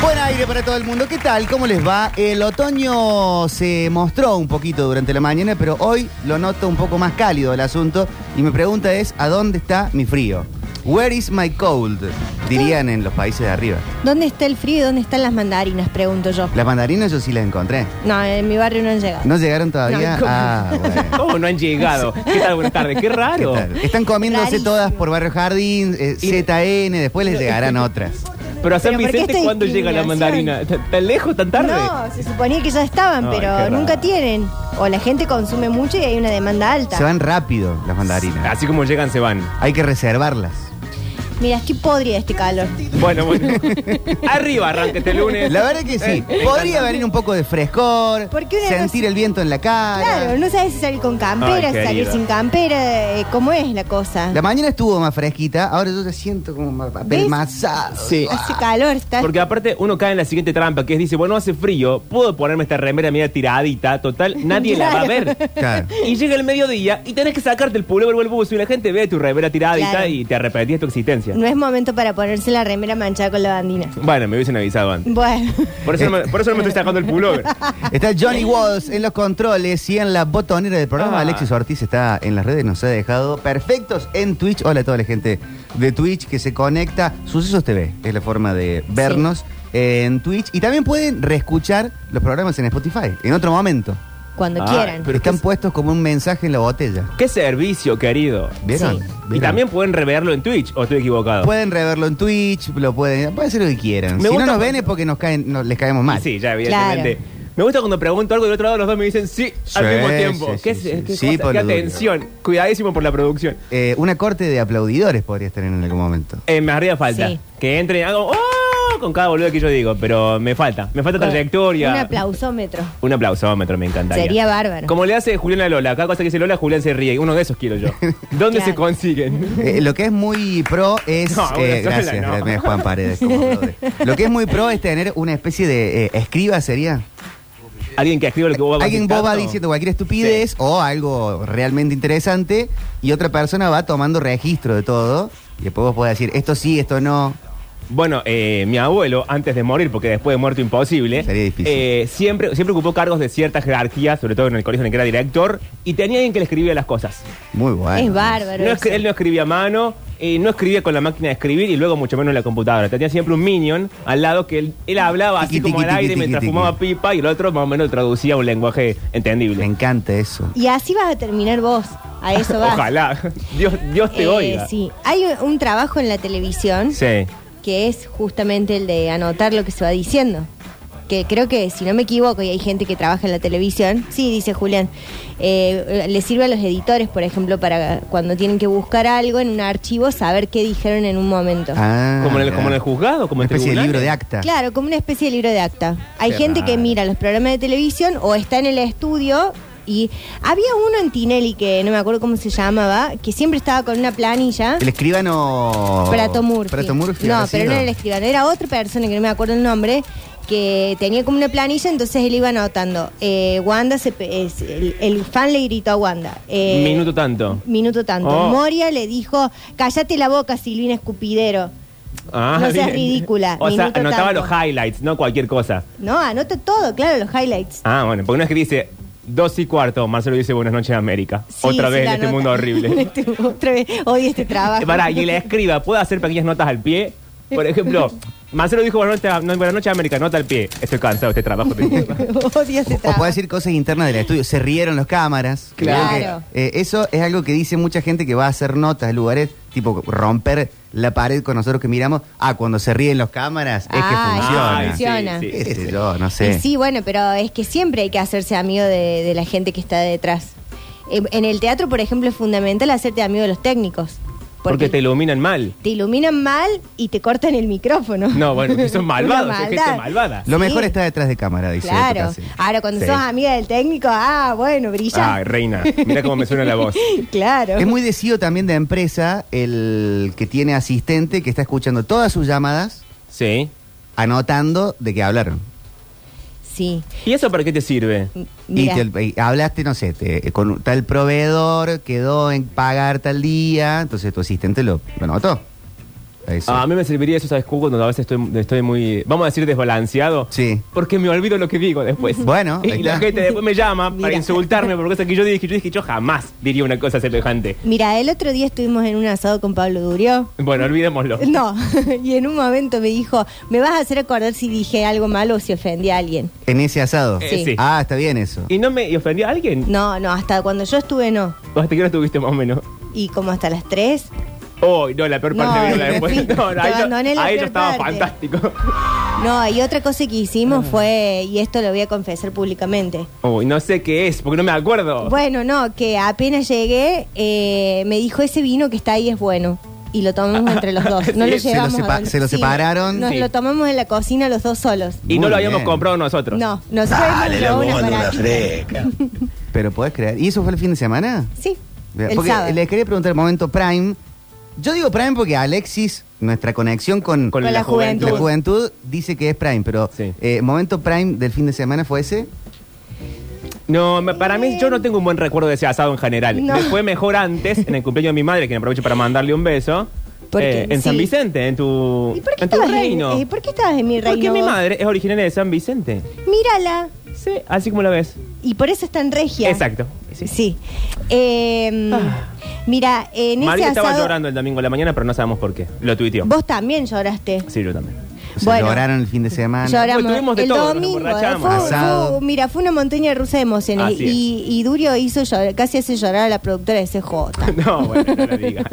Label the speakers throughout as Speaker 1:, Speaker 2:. Speaker 1: Hola a todo el mundo, ¿qué tal? ¿Cómo les va? El otoño se mostró un poquito durante la mañana, pero hoy lo noto un poco más cálido el asunto y mi pregunta es, ¿a dónde está mi frío? Where is my cold? Dirían en los países de arriba.
Speaker 2: ¿Dónde está el frío y dónde están las mandarinas? Pregunto yo.
Speaker 1: Las mandarinas yo sí las encontré.
Speaker 2: No, en mi barrio no han llegado.
Speaker 1: ¿No llegaron todavía?
Speaker 2: No, ¿cómo?
Speaker 1: ah, bueno.
Speaker 3: ¿Cómo no han llegado? ¿Qué tal? Buenas tardes. Qué
Speaker 1: ¿Qué
Speaker 3: raro.
Speaker 1: tal? Están comiéndose
Speaker 2: Rarísimo.
Speaker 1: todas por Barrio Jardín, eh,
Speaker 3: Y-
Speaker 1: ZN, después les llegarán otras.
Speaker 3: Pero a San
Speaker 2: Pero ¿por qué
Speaker 3: Vicente,
Speaker 2: esta
Speaker 3: ¿cuándo llega la
Speaker 2: discriminación?
Speaker 3: mandarina? ¿Tan tan lejos, tan tarde?
Speaker 2: No, se suponía que ya estaban,
Speaker 3: Ay, qué
Speaker 2: pero
Speaker 3: raro.
Speaker 2: nunca tienen. O la gente consume mucho y hay una demanda alta.
Speaker 1: Se van rápido las mandarinas.
Speaker 3: Así como llegan, se van.
Speaker 1: Hay que reservarlas.
Speaker 2: Mira, estoy podrida de este calor.
Speaker 3: Bueno, bueno. Arriba, arranca este lunes.
Speaker 1: La verdad que sí.
Speaker 3: Eh, me
Speaker 1: Podría
Speaker 3: encanta.
Speaker 1: venir un poco de frescor,
Speaker 2: Porque una
Speaker 1: sentir el viento en la cara.
Speaker 2: Claro, no sabes si salir con campera,
Speaker 3: Ay,
Speaker 2: si salir
Speaker 3: querida.
Speaker 2: sin campera, eh, cómo es la cosa.
Speaker 1: La mañana estuvo más fresquita, ahora yo ya siento como más apelmazado.
Speaker 3: Sí.
Speaker 2: Hace calor, está.
Speaker 3: Porque aparte uno cae en la siguiente trampa, que es dice, bueno, hace frío, puedo ponerme esta remera media tiradita, total, nadie la va a ver.
Speaker 1: Claro.
Speaker 3: Y llega el mediodía y tenés que sacarte el pullover o el buzo y la gente ve tu remera tiradita
Speaker 2: Claro.
Speaker 3: y te arrepentís de tu existencia.
Speaker 2: No es momento para ponerse la remera manchada con la bandina.
Speaker 3: Bueno, me hubiesen avisado antes.
Speaker 2: Bueno,
Speaker 3: Por eso, no me, por eso no me estoy sacando el pullover.
Speaker 1: Está Johnny Walls en los controles y en la botonera del programa.
Speaker 3: Ah.
Speaker 1: Alexis Ortiz está en las redes, nos ha dejado perfectos en Twitch. Hola a toda la gente de Twitch que se conecta. Sucesos TV es la forma de vernos en Twitch. Y también pueden reescuchar los programas en Spotify en otro momento.
Speaker 2: cuando
Speaker 3: Ah,
Speaker 2: quieran.
Speaker 3: Pero
Speaker 1: Están
Speaker 3: qué-
Speaker 1: puestos como un mensaje en la botella.
Speaker 3: Qué servicio, querido.
Speaker 1: ¿Vieron?
Speaker 2: Sí.
Speaker 3: Y
Speaker 1: ¿Vieron?
Speaker 3: también pueden reverlo en Twitch, o estoy equivocado.
Speaker 1: Pueden reverlo en Twitch, lo pueden, pueden hacer lo que quieran.
Speaker 3: Me
Speaker 1: si no
Speaker 3: gusta
Speaker 1: nos
Speaker 3: cuando-
Speaker 1: ven es porque nos caen, no- les caemos mal.
Speaker 3: Y Sí, ya, evidentemente. Me gusta cuando pregunto algo y del otro lado los dos me dicen sí, al
Speaker 1: Sí,
Speaker 3: mismo tiempo.
Speaker 1: sí,
Speaker 3: qué
Speaker 1: sí,
Speaker 3: qué
Speaker 1: sí. Sí,
Speaker 3: cosa,
Speaker 1: por
Speaker 3: qué
Speaker 1: lo duro.
Speaker 3: atención. Cuidadísimo por la producción.
Speaker 1: Eh, una corte de aplaudidores podrías tener en algún momento.
Speaker 3: Eh, me haría falta.
Speaker 2: Sí.
Speaker 3: Que entren y hagan ¡oh! con cada boludo que yo digo, pero me falta. Me falta trayectoria.
Speaker 2: Un aplausómetro.
Speaker 3: Un aplausómetro, me encantaría.
Speaker 2: Sería bárbaro.
Speaker 3: Como le hace Julián a Lola. Cada cosa que dice Lola, Julián se ríe. Uno de esos quiero yo. ¿Dónde
Speaker 2: Claro.
Speaker 3: se consiguen?
Speaker 1: Eh, lo que es muy pro es.
Speaker 3: No, una
Speaker 1: eh,
Speaker 3: sola,
Speaker 1: gracias,
Speaker 3: no.
Speaker 1: gracias, Juan Paredes. como aplaude. lo que es muy pro es tener una especie de eh, escriba, sería.
Speaker 3: Alguien que escribe lo que vos vas
Speaker 1: Alguien boba
Speaker 3: dictando.
Speaker 1: diciendo cualquier estupidez o algo realmente interesante y otra persona va tomando registro de todo y después vos podés decir esto sí, esto no.
Speaker 3: Bueno, eh, mi abuelo, antes de morir, porque después de muerto imposible,
Speaker 1: Sería difícil.
Speaker 3: eh, siempre, siempre ocupó cargos de cierta jerarquía, sobre todo en el colegio en el que era director, y tenía alguien que le escribía las cosas.
Speaker 1: Muy bueno.
Speaker 2: es bárbaro.
Speaker 3: No
Speaker 2: eso.
Speaker 3: escri- él no escribía a mano, eh, no escribía con la máquina de escribir y luego mucho menos en la computadora. Tenía siempre un minion al lado que él, él hablaba así
Speaker 1: Tiqui,
Speaker 3: como
Speaker 1: tiqui,
Speaker 3: al aire
Speaker 1: tiqui,
Speaker 3: mientras
Speaker 1: tiqui.
Speaker 3: fumaba pipa y el otro más o menos traducía un lenguaje
Speaker 1: Me
Speaker 3: entendible.
Speaker 1: encanta eso.
Speaker 2: Y así vas a terminar vos. A eso vas.
Speaker 3: Ojalá. Dios, Dios te
Speaker 2: Eh,
Speaker 3: oiga.
Speaker 2: Sí, hay un- un trabajo en la televisión
Speaker 3: Sí.
Speaker 2: que es justamente el de anotar lo que se va diciendo. Que creo que, si no me equivoco, y hay gente que trabaja en la televisión, sí, dice Julián, eh, le sirve a los editores, por ejemplo, para cuando tienen que buscar algo en un archivo, saber qué dijeron en un momento.
Speaker 1: Ah,
Speaker 3: Como en el-
Speaker 1: ya.
Speaker 3: como en el juzgado, como
Speaker 1: Una
Speaker 3: en
Speaker 1: especie de
Speaker 3: tribunales.
Speaker 1: libro de acta.
Speaker 2: Claro, como una especie de libro de acta. Hay
Speaker 3: Qué
Speaker 2: gente que
Speaker 3: raro.
Speaker 2: mira los programas de televisión o está en el estudio y había uno en Tinelli que no me acuerdo cómo se llamaba, que siempre estaba con una planilla.
Speaker 1: El escribano.
Speaker 2: Prato Murphy.
Speaker 1: Oh. Prato Murphy,
Speaker 2: No,
Speaker 1: ahora
Speaker 2: pero
Speaker 1: sí,
Speaker 2: no era el escribano, era otra persona que no me acuerdo el nombre, que tenía como una planilla, entonces él iba anotando. Eh, Wanda, se pe- es- el, el fan le gritó a Wanda. eh,
Speaker 3: Minuto tanto.
Speaker 2: Minuto tanto.
Speaker 3: Oh.
Speaker 2: Moria le dijo, cállate la boca, Silvina Escupidero.
Speaker 3: Ah,
Speaker 2: No seas
Speaker 3: bien.
Speaker 2: ridícula,
Speaker 3: O sea,
Speaker 2: minuto
Speaker 3: anotaba
Speaker 2: tanto.
Speaker 3: los highlights, no cualquier cosa.
Speaker 2: No, anota todo, claro, los highlights.
Speaker 3: Ah, bueno, porque no es que dice dos y cuarto, Marcelo dice buenas noches América.
Speaker 2: Sí,
Speaker 3: Otra
Speaker 2: sí,
Speaker 3: vez en
Speaker 2: la
Speaker 3: este
Speaker 2: anota.
Speaker 3: mundo
Speaker 2: En
Speaker 3: horrible.
Speaker 2: este- otra vez, odio este trabajo.
Speaker 3: Eh, Pará, y la escriba, ¿puedo hacer pequeñas notas al pie? Por ejemplo, Marcelo dijo buenas noches, no, buenas noches, América, nota al pie. Estoy cansado de este trabajo.
Speaker 2: odio este
Speaker 1: O
Speaker 2: trabajo.
Speaker 1: puede decir cosas internas del estudio. Se rieron los cámaras.
Speaker 2: Claro.
Speaker 1: Creo que, eh, eso es algo que dice mucha gente que va a hacer notas a lugares, tipo romper la pared con nosotros que miramos. Ah, cuando se ríen los cámaras es
Speaker 2: Ah,
Speaker 1: que funciona.
Speaker 2: sí, Funciona.
Speaker 3: sí,
Speaker 1: Qué
Speaker 3: sí,
Speaker 1: sé
Speaker 3: sí.
Speaker 1: yo, no
Speaker 2: Y
Speaker 1: sé.
Speaker 2: Sí. bueno, pero es que siempre hay que hacerse amigo de, de la gente que está detrás. En, en el teatro, por ejemplo, es fundamental hacerte amigo de los técnicos.
Speaker 3: Porque te iluminan mal.
Speaker 2: te iluminan mal y te cortan el micrófono.
Speaker 3: No, bueno, que son
Speaker 2: Una
Speaker 3: malvados, es gente
Speaker 2: maldad.
Speaker 3: malvada.
Speaker 1: Lo
Speaker 2: Sí.
Speaker 1: mejor está detrás de cámara, dice.
Speaker 2: Claro.
Speaker 1: Tocasi.
Speaker 2: Ahora, cuando
Speaker 3: Sí.
Speaker 2: sos amiga del técnico, ah, bueno, brilla.
Speaker 3: Ay, reina, mira cómo me suena la voz.
Speaker 2: claro.
Speaker 1: Es muy decido también de empresa el que tiene asistente que está escuchando todas sus llamadas,
Speaker 3: Sí.
Speaker 1: anotando de qué hablaron.
Speaker 2: Sí.
Speaker 3: ¿Y eso para qué te sirve?
Speaker 1: Y
Speaker 2: Mira,
Speaker 1: te- y hablaste, no sé, te- con tal proveedor, quedó en pagar tal día, entonces tu asistente lo, lo notó. Eso.
Speaker 3: Ah, A mí me serviría eso, ¿sabes, Cuco? Cuando a veces estoy, estoy muy, vamos a decir, desbalanceado.
Speaker 1: Sí.
Speaker 3: Porque me olvido lo que digo después.
Speaker 1: Bueno, ahí
Speaker 3: Y la
Speaker 1: está.
Speaker 3: gente después me llama para
Speaker 2: Mira.
Speaker 3: insultarme por cosas que yo dije. Yo dije, yo jamás diría una cosa semejante.
Speaker 2: Mira, el otro día estuvimos en un asado con Pablo Durió.
Speaker 3: Bueno, olvidémoslo.
Speaker 2: No, y en un momento me dijo, me vas a hacer acordar si dije algo malo o si ofendí a alguien.
Speaker 1: En ese asado.
Speaker 3: Eh, sí.
Speaker 1: Ah, está bien eso.
Speaker 3: ¿Y no me y ofendí a alguien?
Speaker 2: No, no, hasta cuando yo estuve no.
Speaker 3: ¿O hasta qué hora estuviste más o menos?
Speaker 2: Y como hasta las 3.
Speaker 3: Oh, no, la peor
Speaker 2: No,
Speaker 3: parte vino la
Speaker 2: me fui.
Speaker 3: después. No, no,
Speaker 2: Te
Speaker 3: ahí yo,
Speaker 2: abandoné la
Speaker 3: ahí yo
Speaker 2: peor
Speaker 3: estaba
Speaker 2: parte.
Speaker 3: fantástico.
Speaker 2: No, y otra cosa que hicimos fue, y esto lo voy a confesar públicamente.
Speaker 3: Uy, no sé qué es, porque no me acuerdo.
Speaker 2: Bueno, no, que apenas llegué, eh, me dijo, ese vino que está ahí es bueno. Y lo tomamos entre los dos. No
Speaker 3: Sí,
Speaker 2: lo
Speaker 3: se
Speaker 1: lo
Speaker 2: llevamos a
Speaker 1: sepa-
Speaker 2: donde-
Speaker 1: se lo
Speaker 2: Sí,
Speaker 1: separaron.
Speaker 2: Nos
Speaker 3: Sí.
Speaker 2: lo tomamos en la cocina los dos solos.
Speaker 3: y no
Speaker 1: Muy
Speaker 3: lo habíamos
Speaker 1: bien.
Speaker 3: comprado nosotros.
Speaker 2: No, nos
Speaker 4: Dale, la
Speaker 2: llevamos
Speaker 4: vos anda una
Speaker 2: baratita.
Speaker 4: fresca.
Speaker 1: Pero podés creer. ¿Y eso fue el fin de semana?
Speaker 2: Sí,
Speaker 1: Bien,
Speaker 2: el
Speaker 1: porque
Speaker 2: sábado.
Speaker 1: les quería preguntar momento Prime. Yo digo Prime porque Alexis, nuestra conexión con,
Speaker 3: Con
Speaker 2: Con
Speaker 3: la
Speaker 2: la juventud.
Speaker 1: la juventud, dice que es Prime, pero
Speaker 3: Sí.
Speaker 1: eh, momento Prime del fin de semana fue ese.
Speaker 3: No, me- para mí yo no tengo un buen recuerdo de ese asado en general.
Speaker 2: No.
Speaker 3: Me fue mejor antes, en el cumpleaños de mi madre, que me aprovecho para mandarle un beso.
Speaker 2: Porque,
Speaker 3: eh, en
Speaker 2: sí.
Speaker 3: San Vicente, en tu,
Speaker 2: ¿Y por qué,
Speaker 3: en tu
Speaker 2: estabas
Speaker 3: reino.
Speaker 2: En, eh, ¿Por qué estabas en mi reino?
Speaker 3: Porque mi
Speaker 2: vos?
Speaker 3: madre es originaria de San Vicente.
Speaker 2: Mírala.
Speaker 3: Sí, así como la ves.
Speaker 2: Y por eso está en Regia.
Speaker 3: Exacto.
Speaker 2: Sí. Eh, mira, en
Speaker 3: Ah. María
Speaker 2: ese
Speaker 3: estaba
Speaker 2: asado-
Speaker 3: llorando el domingo a la mañana, pero no sabemos por qué. Lo tuiteó.
Speaker 2: Vos también lloraste.
Speaker 3: Sí, yo también.
Speaker 1: Se
Speaker 2: Bueno.
Speaker 1: lloraron el fin de semana.
Speaker 3: Llora-
Speaker 2: Lloramos.
Speaker 3: Pues tuvimos de
Speaker 2: el
Speaker 3: todo, nos
Speaker 2: domingo.
Speaker 3: emborrachamos.
Speaker 2: fue-
Speaker 1: Ah, Asado.
Speaker 2: fue- mira, fue una montaña rusa de emociones.
Speaker 3: Así es.
Speaker 2: Y, y Durio hizo llorar- casi hace llorar a la productora de CJ.
Speaker 3: No, bueno, no lo digas.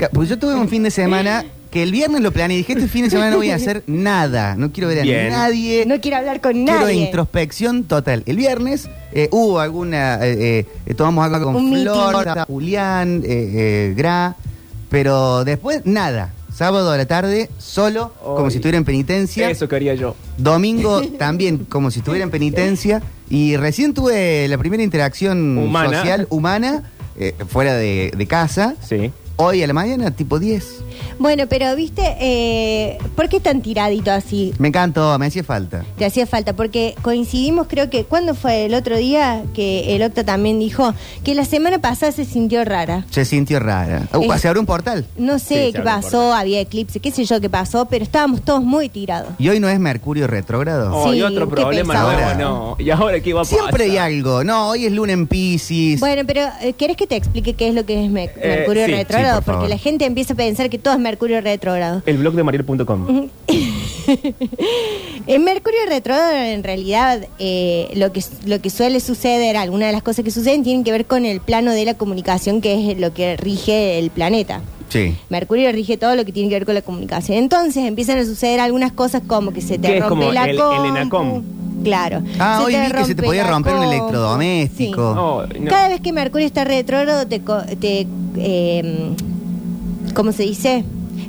Speaker 1: Ca- Pues yo tuve un fin de semana que el viernes lo planeé y dije, este fin de semana no voy a hacer nada. No quiero ver a
Speaker 3: Bien.
Speaker 1: nadie.
Speaker 2: No quiero hablar con
Speaker 1: Quiero
Speaker 2: nadie.
Speaker 1: introspección total. El viernes eh, hubo alguna. eh, eh, eh, tomamos algo con
Speaker 2: Un
Speaker 1: Flor,
Speaker 2: meeting.
Speaker 1: Julián, eh, eh, Gra. Pero después, nada. Sábado a la tarde, solo, como
Speaker 3: Ay.
Speaker 1: si estuviera en penitencia.
Speaker 3: Eso quería yo.
Speaker 1: Domingo también, como si estuviera en penitencia. Y recién tuve la primera interacción
Speaker 3: Humana.
Speaker 1: social humana, eh, fuera de, de casa.
Speaker 3: Sí.
Speaker 1: Hoy a la mañana, tipo 10.
Speaker 2: Bueno, pero viste, eh, ¿por qué tan tiradito así?
Speaker 1: Me encantó, me hacía falta.
Speaker 2: Te hacía falta, porque coincidimos, creo que, ¿cuándo fue el otro día que el Octa también dijo que la semana pasada se sintió rara?
Speaker 1: Se sintió rara. Uh,
Speaker 2: Es-
Speaker 1: se abrió un portal.
Speaker 2: No sé
Speaker 3: Sí, se
Speaker 2: qué
Speaker 3: abre
Speaker 2: pasó, había eclipse, qué sé yo qué pasó, pero estábamos todos muy tirados.
Speaker 1: Y hoy no es Mercurio retrógrado.
Speaker 3: Oh,
Speaker 2: Sí,
Speaker 3: y otro
Speaker 2: qué
Speaker 3: problema
Speaker 1: pesado.
Speaker 3: nuevo, no. ¿Y ahora qué va a pasar?
Speaker 1: Siempre hay algo. No, hoy es luna en Pisces.
Speaker 2: Bueno, pero eh, ¿querés que te explique qué es lo que es Mer-
Speaker 3: Eh,
Speaker 2: Mercurio
Speaker 3: sí, sí,
Speaker 2: retrógrado?
Speaker 1: por favor.
Speaker 2: porque la gente empieza a pensar que todo es Mercurio retrógrado.
Speaker 3: El blog de mariel.com.
Speaker 2: En Mercurio retrógrado, en realidad, eh, lo, que, lo que suele suceder, algunas de las cosas que suceden, tienen que ver con el plano de la comunicación, que es lo que rige el planeta.
Speaker 1: sí.
Speaker 2: Mercurio rige todo lo que tiene que ver con la comunicación. Entonces empiezan a suceder algunas cosas como que se te
Speaker 3: Que es
Speaker 2: rompe
Speaker 3: como
Speaker 2: la
Speaker 3: el- el
Speaker 2: compu.
Speaker 3: Enacom.
Speaker 2: Claro.
Speaker 1: Ah, hoy vi que se te
Speaker 2: rompe
Speaker 1: podía
Speaker 2: la
Speaker 1: romper un
Speaker 2: compu.
Speaker 1: electrodoméstico.
Speaker 3: Oh,
Speaker 2: Sí.
Speaker 3: no.
Speaker 2: Cada vez que Mercurio está retrógrado, te, co- te, eh, ¿cómo se dice?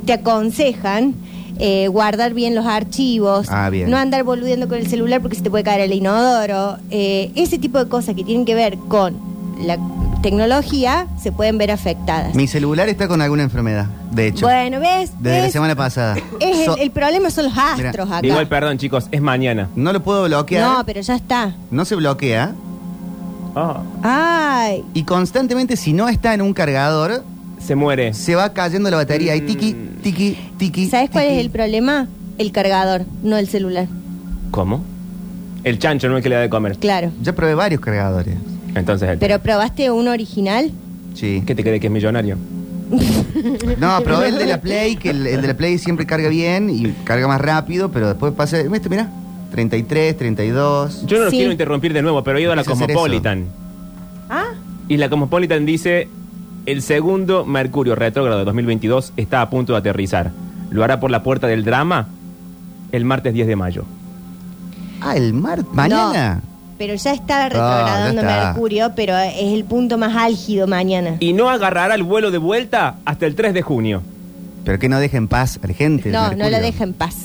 Speaker 2: Te aconsejan eh, guardar bien los archivos,
Speaker 1: Ah, bien.
Speaker 2: no andar boludeando con el celular porque se te puede caer el inodoro. Eh, ese tipo de cosas que tienen que ver con la tecnología se pueden ver afectadas.
Speaker 1: Mi celular está con alguna enfermedad, de hecho.
Speaker 2: Bueno, ¿ves?
Speaker 1: desde la
Speaker 2: ¿Ves?
Speaker 1: semana pasada.
Speaker 2: Es el-
Speaker 1: So-
Speaker 2: el, problema son los astros acá.
Speaker 3: Igual, perdón, chicos, es mañana.
Speaker 1: no lo puedo bloquear.
Speaker 2: no,
Speaker 1: No,
Speaker 2: pero ya está.
Speaker 1: se bloquea.
Speaker 3: Ah,
Speaker 2: Ay,
Speaker 1: Y constantemente, si no está en un cargador,
Speaker 3: se muere.
Speaker 1: se va cayendo la batería. Y tiki, tiki, tiki.
Speaker 2: ¿sabes cuál
Speaker 1: tiki.
Speaker 2: es el problema? El cargador, no el celular.
Speaker 3: ¿Cómo? El chancho no es el que le da de comer.
Speaker 2: Claro.
Speaker 1: Ya probé varios cargadores.
Speaker 3: Entonces, el
Speaker 2: Pero probaste un original.
Speaker 1: Sí.
Speaker 3: ¿qué te cree que es millonario?
Speaker 1: No, probé el de la Play, que el, el de la Play siempre carga bien y carga más rápido, pero después pasa. Este, mira, 33, 32.
Speaker 3: Yo no los
Speaker 2: Sí.
Speaker 3: quiero interrumpir de nuevo, pero he ido a la
Speaker 1: Vas a hacer
Speaker 3: Cosmopolitan.
Speaker 2: Ah.
Speaker 3: Y la Cosmopolitan dice, el segundo Mercurio retrógrado de 2022 está a punto de aterrizar. Lo hará por la puerta del drama el martes 10 de mayo.
Speaker 1: Ah, el mar. Mañana.
Speaker 2: Pero ya está
Speaker 1: Ah, ya
Speaker 2: retrogradando
Speaker 1: está.
Speaker 2: Mercurio, pero es el punto más álgido mañana.
Speaker 3: Y no agarrará el vuelo de vuelta hasta el 3 de junio.
Speaker 1: Pero que no deja en paz a la gente. el
Speaker 2: No, no
Speaker 1: Mercurio.
Speaker 2: lo deja en paz.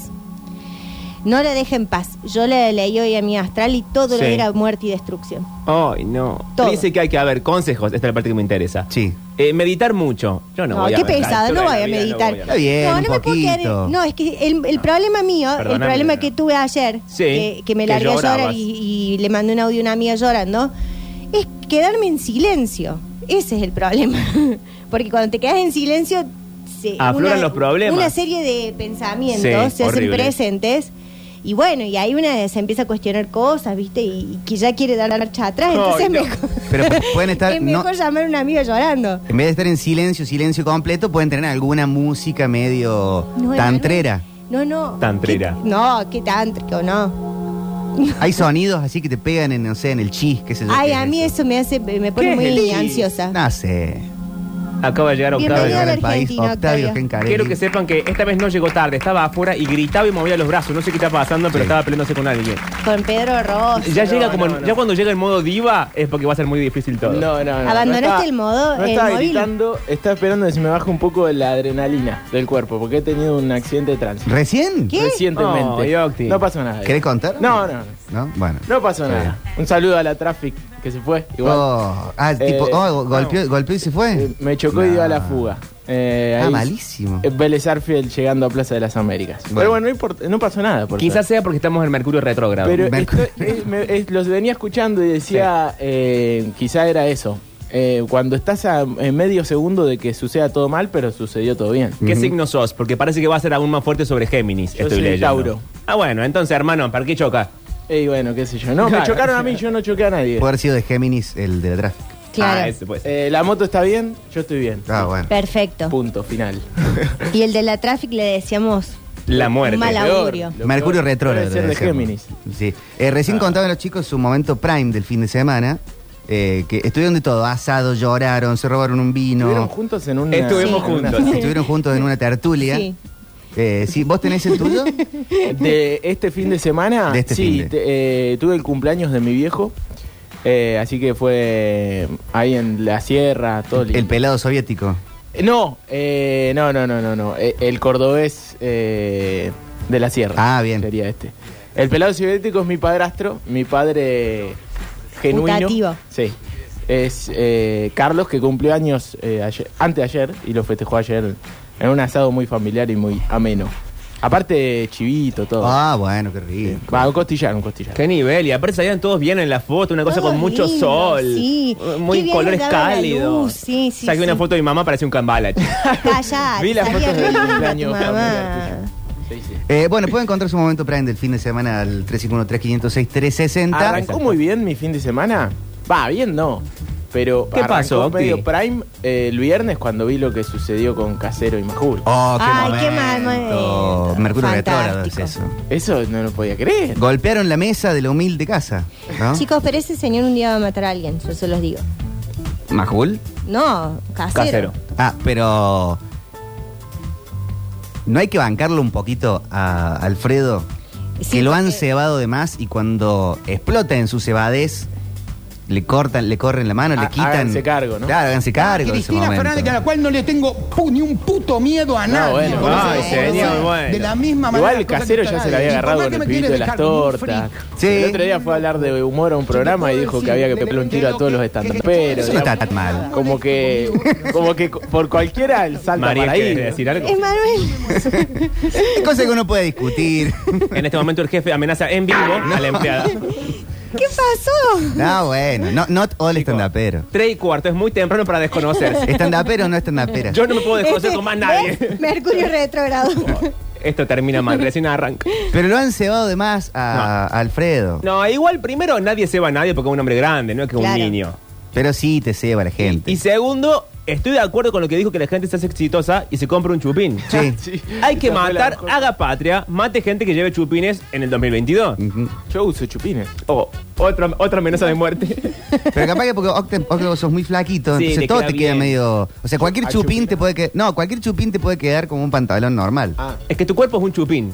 Speaker 2: No lo deja en paz. Yo le leí hoy a mi astral y todo lo
Speaker 3: Sí.
Speaker 2: era muerte y destrucción.
Speaker 3: Ay, no.
Speaker 2: Todo.
Speaker 3: Dice que hay que haber consejos. Esta es la parte que me interesa.
Speaker 1: Sí.
Speaker 3: Eh, meditar mucho. Yo no,
Speaker 2: No,
Speaker 3: voy a
Speaker 2: qué
Speaker 3: meditar.
Speaker 2: pesado,
Speaker 3: Yo
Speaker 2: no
Speaker 3: en
Speaker 2: voy
Speaker 3: la
Speaker 2: a
Speaker 3: vida no
Speaker 2: meditar.
Speaker 3: voy a
Speaker 1: Está bien,
Speaker 2: no,
Speaker 1: un
Speaker 2: no me puedo quedar.
Speaker 1: poquito.
Speaker 2: No, es que el, el problema mío, el
Speaker 3: Perdóname,
Speaker 2: problema
Speaker 3: no.
Speaker 2: que tuve ayer,
Speaker 3: Sí,
Speaker 2: que, que me
Speaker 3: que
Speaker 2: largué a llorar
Speaker 3: llorabas.
Speaker 2: y, y le mandé un audio a una amiga llorando, es quedarme en silencio. Ese es el problema. Porque cuando te quedas en silencio, se-
Speaker 3: Afloran los problemas.
Speaker 2: Una serie de pensamientos
Speaker 3: Sí,
Speaker 2: se hacen
Speaker 3: horrible.
Speaker 2: presentes. Y bueno, y ahí una se empieza a cuestionar cosas, ¿viste? Y, y que ya quiere dar marcha atrás.
Speaker 3: Ay,
Speaker 2: Entonces
Speaker 3: no.
Speaker 2: es mejor.
Speaker 1: Pero pueden estar-
Speaker 2: es
Speaker 1: no-
Speaker 2: mejor llamar a un amigo llorando.
Speaker 1: En vez de estar en silencio, silencio completo, pueden tener alguna música medio
Speaker 2: No,
Speaker 1: tantrera.
Speaker 2: No, no.
Speaker 3: Tantrera.
Speaker 2: Qué- no, qué tántrico, no.
Speaker 1: Hay sonidos así que te pegan en, no sé, en el chis, qué sé yo.
Speaker 2: Ay,
Speaker 1: qué es
Speaker 2: a mí
Speaker 1: eso.
Speaker 2: eso me hace, me pone
Speaker 3: es el
Speaker 2: muy
Speaker 3: chi?
Speaker 2: ansiosa.
Speaker 1: No sé.
Speaker 3: Acaba de llegar
Speaker 1: Acaba de
Speaker 3: Octavio.
Speaker 2: Bienvenido.
Speaker 1: llegar
Speaker 2: al
Speaker 1: al país,
Speaker 2: argentino,
Speaker 1: Octavio
Speaker 2: Octavio.
Speaker 1: Gencarelli.
Speaker 3: Quiero que sepan que esta vez no llegó tarde, estaba afuera y gritaba y movía los brazos. No sé qué está pasando, pero
Speaker 1: Sí.
Speaker 3: estaba peleándose con alguien.
Speaker 2: Con Pedro Ross.
Speaker 3: Ya
Speaker 4: No,
Speaker 3: llega como
Speaker 4: no, no.
Speaker 3: ya cuando llega el modo diva es porque va a ser muy difícil todo.
Speaker 4: No, no, no.
Speaker 2: Abandonaste
Speaker 4: no estaba-
Speaker 2: el modo-
Speaker 4: No
Speaker 2: el
Speaker 4: estaba
Speaker 2: móvil.
Speaker 4: gritando, estaba esperando que se me baje un poco la adrenalina del cuerpo, porque he tenido un accidente de tránsito.
Speaker 1: ¿Recién?
Speaker 2: ¿Qué?
Speaker 3: Oh,
Speaker 4: Recientemente.
Speaker 3: Yocti.
Speaker 4: no pasó nada.
Speaker 1: ¿Querés contar?
Speaker 4: No, no, no.
Speaker 1: ¿No? Bueno.
Speaker 4: No pasó
Speaker 1: Está
Speaker 4: nada. Un saludo a la traffic que se fue. Igual.
Speaker 1: Oh, ah, tipo,
Speaker 4: Eh,
Speaker 1: oh, golpeó,
Speaker 4: no.
Speaker 1: golpeó y se fue.
Speaker 4: Eh, me chocó y dio a la fuga. Eh,
Speaker 1: Ah,
Speaker 4: ahí-
Speaker 1: malísimo.
Speaker 4: eh, Vélez Arfield llegando a Plaza de las Américas.
Speaker 1: Bueno.
Speaker 4: Pero bueno, no, import- no pasó nada. por
Speaker 3: Quizás sea porque estamos en Mercurio retrógrado.
Speaker 4: Pero
Speaker 1: Mercurio.
Speaker 4: esto- es- me- es- los venía escuchando y decía, eh, quizá era eso. Eh, cuando estás a en medio segundo de que suceda todo mal, pero sucedió todo bien.
Speaker 3: ¿Qué signo sos? Porque parece que va a ser aún más fuerte sobre Géminis.
Speaker 4: Yo
Speaker 3: estoy
Speaker 4: soy
Speaker 3: leyendo.
Speaker 4: Tauro.
Speaker 3: Ah, bueno, entonces, hermano, ¿para qué choca?
Speaker 4: Y bueno, qué sé yo. No, me
Speaker 3: Claro.
Speaker 4: chocaron a mí, yo no choqué a nadie.
Speaker 1: Puede haber sido de Géminis el de la tráfico.
Speaker 2: Claro.
Speaker 3: Ah, ese puede ser.
Speaker 4: Eh, la moto está bien, yo estoy bien.
Speaker 1: Ah, bueno.
Speaker 2: Perfecto.
Speaker 4: Punto, final.
Speaker 2: Y el de la traffic le decíamos.
Speaker 3: La muerte.
Speaker 2: Mal
Speaker 4: Peor,
Speaker 2: augurio.
Speaker 4: lo
Speaker 1: Mercurio
Speaker 4: peor.
Speaker 1: retrógrado.
Speaker 4: Puede ser de
Speaker 1: decíamos.
Speaker 4: Géminis. Ah.
Speaker 1: Sí. Eh, recién contaban los chicos su momento prime del fin de semana. eh, que estuvieron de todo, asado, lloraron, se robaron un
Speaker 4: Estuvieron
Speaker 1: vino.
Speaker 4: juntos en un.
Speaker 3: Estuvimos juntos.
Speaker 1: Estuvieron juntos en una tertulia.
Speaker 2: Sí.
Speaker 1: Eh, sí, ¿Vos tenés el tuyo?
Speaker 4: De este fin de semana,
Speaker 1: De este
Speaker 4: sí,
Speaker 1: fin de.
Speaker 4: te- eh, tuve el cumpleaños de mi viejo. eh, así que fue ahí en la sierra, todo lindo.
Speaker 1: El pelado soviético.
Speaker 4: No, eh, no, no, no, no, no. Eh, El cordobés eh, de la sierra.
Speaker 1: Ah, bien.
Speaker 4: Sería este. El pelado soviético es mi padrastro, mi padre genuino.
Speaker 2: Putativo.
Speaker 4: Sí. Es eh, Carlos, que cumplió años eh, ayer, antes de ayer y lo festejó ayer en un asado muy familiar y muy ameno. Aparte, chivito, todo.
Speaker 1: Ah, bueno, qué rico.
Speaker 4: Va, un costillar, un costillar.
Speaker 3: Qué nivel, y aparte salían todos bien en la foto, una cosa
Speaker 2: Todos
Speaker 3: con mucho
Speaker 2: lindos,
Speaker 3: sol,
Speaker 2: sí. Qué
Speaker 3: muy
Speaker 2: bien
Speaker 3: colores
Speaker 2: daba la
Speaker 3: cálidos.
Speaker 2: luz, sí, sí,
Speaker 3: Saqué una
Speaker 2: sí.
Speaker 3: foto de mi mamá, parece un cambalache.
Speaker 2: Callá.
Speaker 4: Vi las
Speaker 2: salía
Speaker 4: fotos del
Speaker 2: riendo,
Speaker 4: cumpleaños familiar
Speaker 2: Mamá.
Speaker 4: tuyo. Sí, sí.
Speaker 1: Eh, bueno, pueden encontrar su momento prime del fin de semana al 351-3506-360.
Speaker 4: Arrancó muy bien mi fin de semana. Va, bien no. Pero
Speaker 3: ¿Qué
Speaker 4: arrancó
Speaker 3: pasó, Octi?
Speaker 4: medio prime eh, el viernes cuando vi lo que sucedió con Casero y Majul.
Speaker 1: Oh, qué
Speaker 2: Ay, qué mal
Speaker 1: momento.
Speaker 2: momento.
Speaker 1: Mercurio retrógrado es
Speaker 2: Fantástico.
Speaker 1: eso.
Speaker 4: Eso no lo podía creer.
Speaker 1: Golpearon la mesa de la humilde casa.
Speaker 3: ¿Ah?
Speaker 1: ¿no?
Speaker 2: Chicos, pero ese señor un día va a matar a alguien, yo se los digo.
Speaker 1: ¿Majul?
Speaker 2: No, casero.
Speaker 3: Casero.
Speaker 1: Ah, pero. ¿No hay que bancarlo un poquito a Alfredo?
Speaker 2: Sí,
Speaker 1: que lo han
Speaker 2: porque-
Speaker 1: cebado de más y cuando explota en su cebadez, le cortan, le corren la mano,
Speaker 4: Ah,
Speaker 1: le quitan.
Speaker 4: háganse cargo, ¿no?
Speaker 1: Claro, háganse cargo. de ese
Speaker 5: Cristina
Speaker 1: momento.
Speaker 5: Fernández, a la cual no le tengo pu- ni un puto miedo a
Speaker 4: No,
Speaker 5: nadie.
Speaker 4: Ah, bueno,
Speaker 5: Por
Speaker 4: ay,
Speaker 5: eso, por
Speaker 4: señor,
Speaker 5: eso,
Speaker 3: bueno.
Speaker 5: De la misma manera.
Speaker 4: Igual el
Speaker 5: cosa que
Speaker 4: casero
Speaker 5: está
Speaker 4: ya se
Speaker 5: nadie.
Speaker 4: le había
Speaker 5: Y por
Speaker 4: agarrado
Speaker 5: más
Speaker 4: con
Speaker 5: que
Speaker 4: el
Speaker 5: me
Speaker 4: pibito de
Speaker 5: quieres
Speaker 4: las
Speaker 5: dejar como un
Speaker 4: tortas.
Speaker 5: freak.
Speaker 1: Sí.
Speaker 4: El otro día fue a hablar de humor a un programa y
Speaker 5: puedo
Speaker 4: dijo que
Speaker 5: decir,
Speaker 4: había que
Speaker 5: le-
Speaker 4: pegarle un
Speaker 5: le-
Speaker 4: tiro a todos
Speaker 5: lo
Speaker 4: los
Speaker 5: que-
Speaker 4: estantamperos.
Speaker 1: Eso no está tan mal.
Speaker 4: Como que, como que co- por cualquiera el salta
Speaker 3: María,
Speaker 4: para ahí.
Speaker 3: ¿quiere decir algo?
Speaker 2: Es Manuel.
Speaker 1: Es cosa que uno puede discutir.
Speaker 3: En este momento el jefe amenaza en vivo a la empleada.
Speaker 2: ¿Qué pasó?
Speaker 1: No, bueno, no, not all estandapero.
Speaker 3: Tres y cuarto, es muy temprano para desconocerse.
Speaker 1: Estandapero o no estandapera.
Speaker 3: Yo no me puedo desconocer
Speaker 2: Este,
Speaker 3: con más nadie.
Speaker 2: ¿ves? Mercurio retrógrado.
Speaker 3: Esto termina mal, recién arranca.
Speaker 1: Pero lo han cebado de más a, a Alfredo.
Speaker 3: No, igual primero nadie se va a nadie porque es un hombre grande, no es que es un
Speaker 2: Claro.
Speaker 3: niño.
Speaker 1: Pero sí te ceba la gente.
Speaker 3: Y segundo, estoy de acuerdo con lo que dijo que la gente se hace exitosa y se compra un chupín.
Speaker 1: Sí.
Speaker 4: Sí.
Speaker 3: Hay que
Speaker 4: Esa fue la
Speaker 3: matar,
Speaker 4: mejor.
Speaker 3: haga patria, mate gente que lleve chupines en el 2022.
Speaker 1: Ujú.
Speaker 4: Yo uso chupines.
Speaker 3: O otra, otra amenaza de muerte.
Speaker 1: Pero capaz que porque Octa- Octa, vos sos muy flaquito,
Speaker 3: Sí,
Speaker 1: entonces
Speaker 3: te
Speaker 1: todo
Speaker 3: queda
Speaker 1: te queda
Speaker 3: bien.
Speaker 1: medio. O sea, cualquier
Speaker 4: Ah,
Speaker 1: chupín
Speaker 4: chupín.
Speaker 1: te puede quedar. No, cualquier chupín te puede quedar como un pantalón normal.
Speaker 4: Ah,
Speaker 3: es que tu cuerpo es un chupín.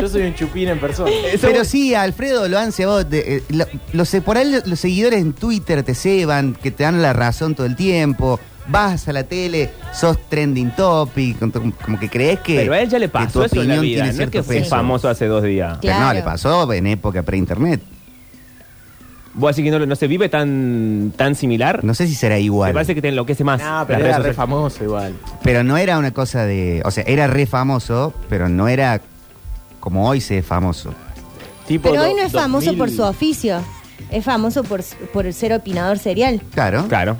Speaker 4: yo soy un chupín en persona.
Speaker 1: Pero sí, a Alfredo lo han cebado. de- eh, lo- los, por ahí los seguidores en Twitter te ceban, que te dan la razón todo el tiempo. Vas a la tele, sos trending topic, con- como que crees que.
Speaker 3: Pero a él ya le
Speaker 1: que
Speaker 3: pasó
Speaker 1: tu
Speaker 3: eso en la
Speaker 1: opinión
Speaker 3: vida.
Speaker 1: tiene
Speaker 3: No es
Speaker 1: cierto
Speaker 3: que fue
Speaker 1: peso.
Speaker 3: famoso hace dos días.
Speaker 1: Pero no,
Speaker 2: Claro.
Speaker 1: le pasó en época pre-internet.
Speaker 3: Vos así que no, no se vive tan, tan similar.
Speaker 1: No sé si será igual.
Speaker 3: Me parece que te enloquece más.
Speaker 4: No,
Speaker 3: las
Speaker 4: pero
Speaker 3: redes
Speaker 4: era re
Speaker 3: sociales.
Speaker 4: famoso igual.
Speaker 1: Pero no era una cosa de. O sea, era re famoso, pero no era como hoy se es famoso.
Speaker 4: Tipo
Speaker 2: Pero
Speaker 4: do-
Speaker 2: hoy no es famoso
Speaker 4: 2000.
Speaker 2: por su oficio. Es famoso por, por ser opinador serial.
Speaker 1: Claro.
Speaker 3: Claro.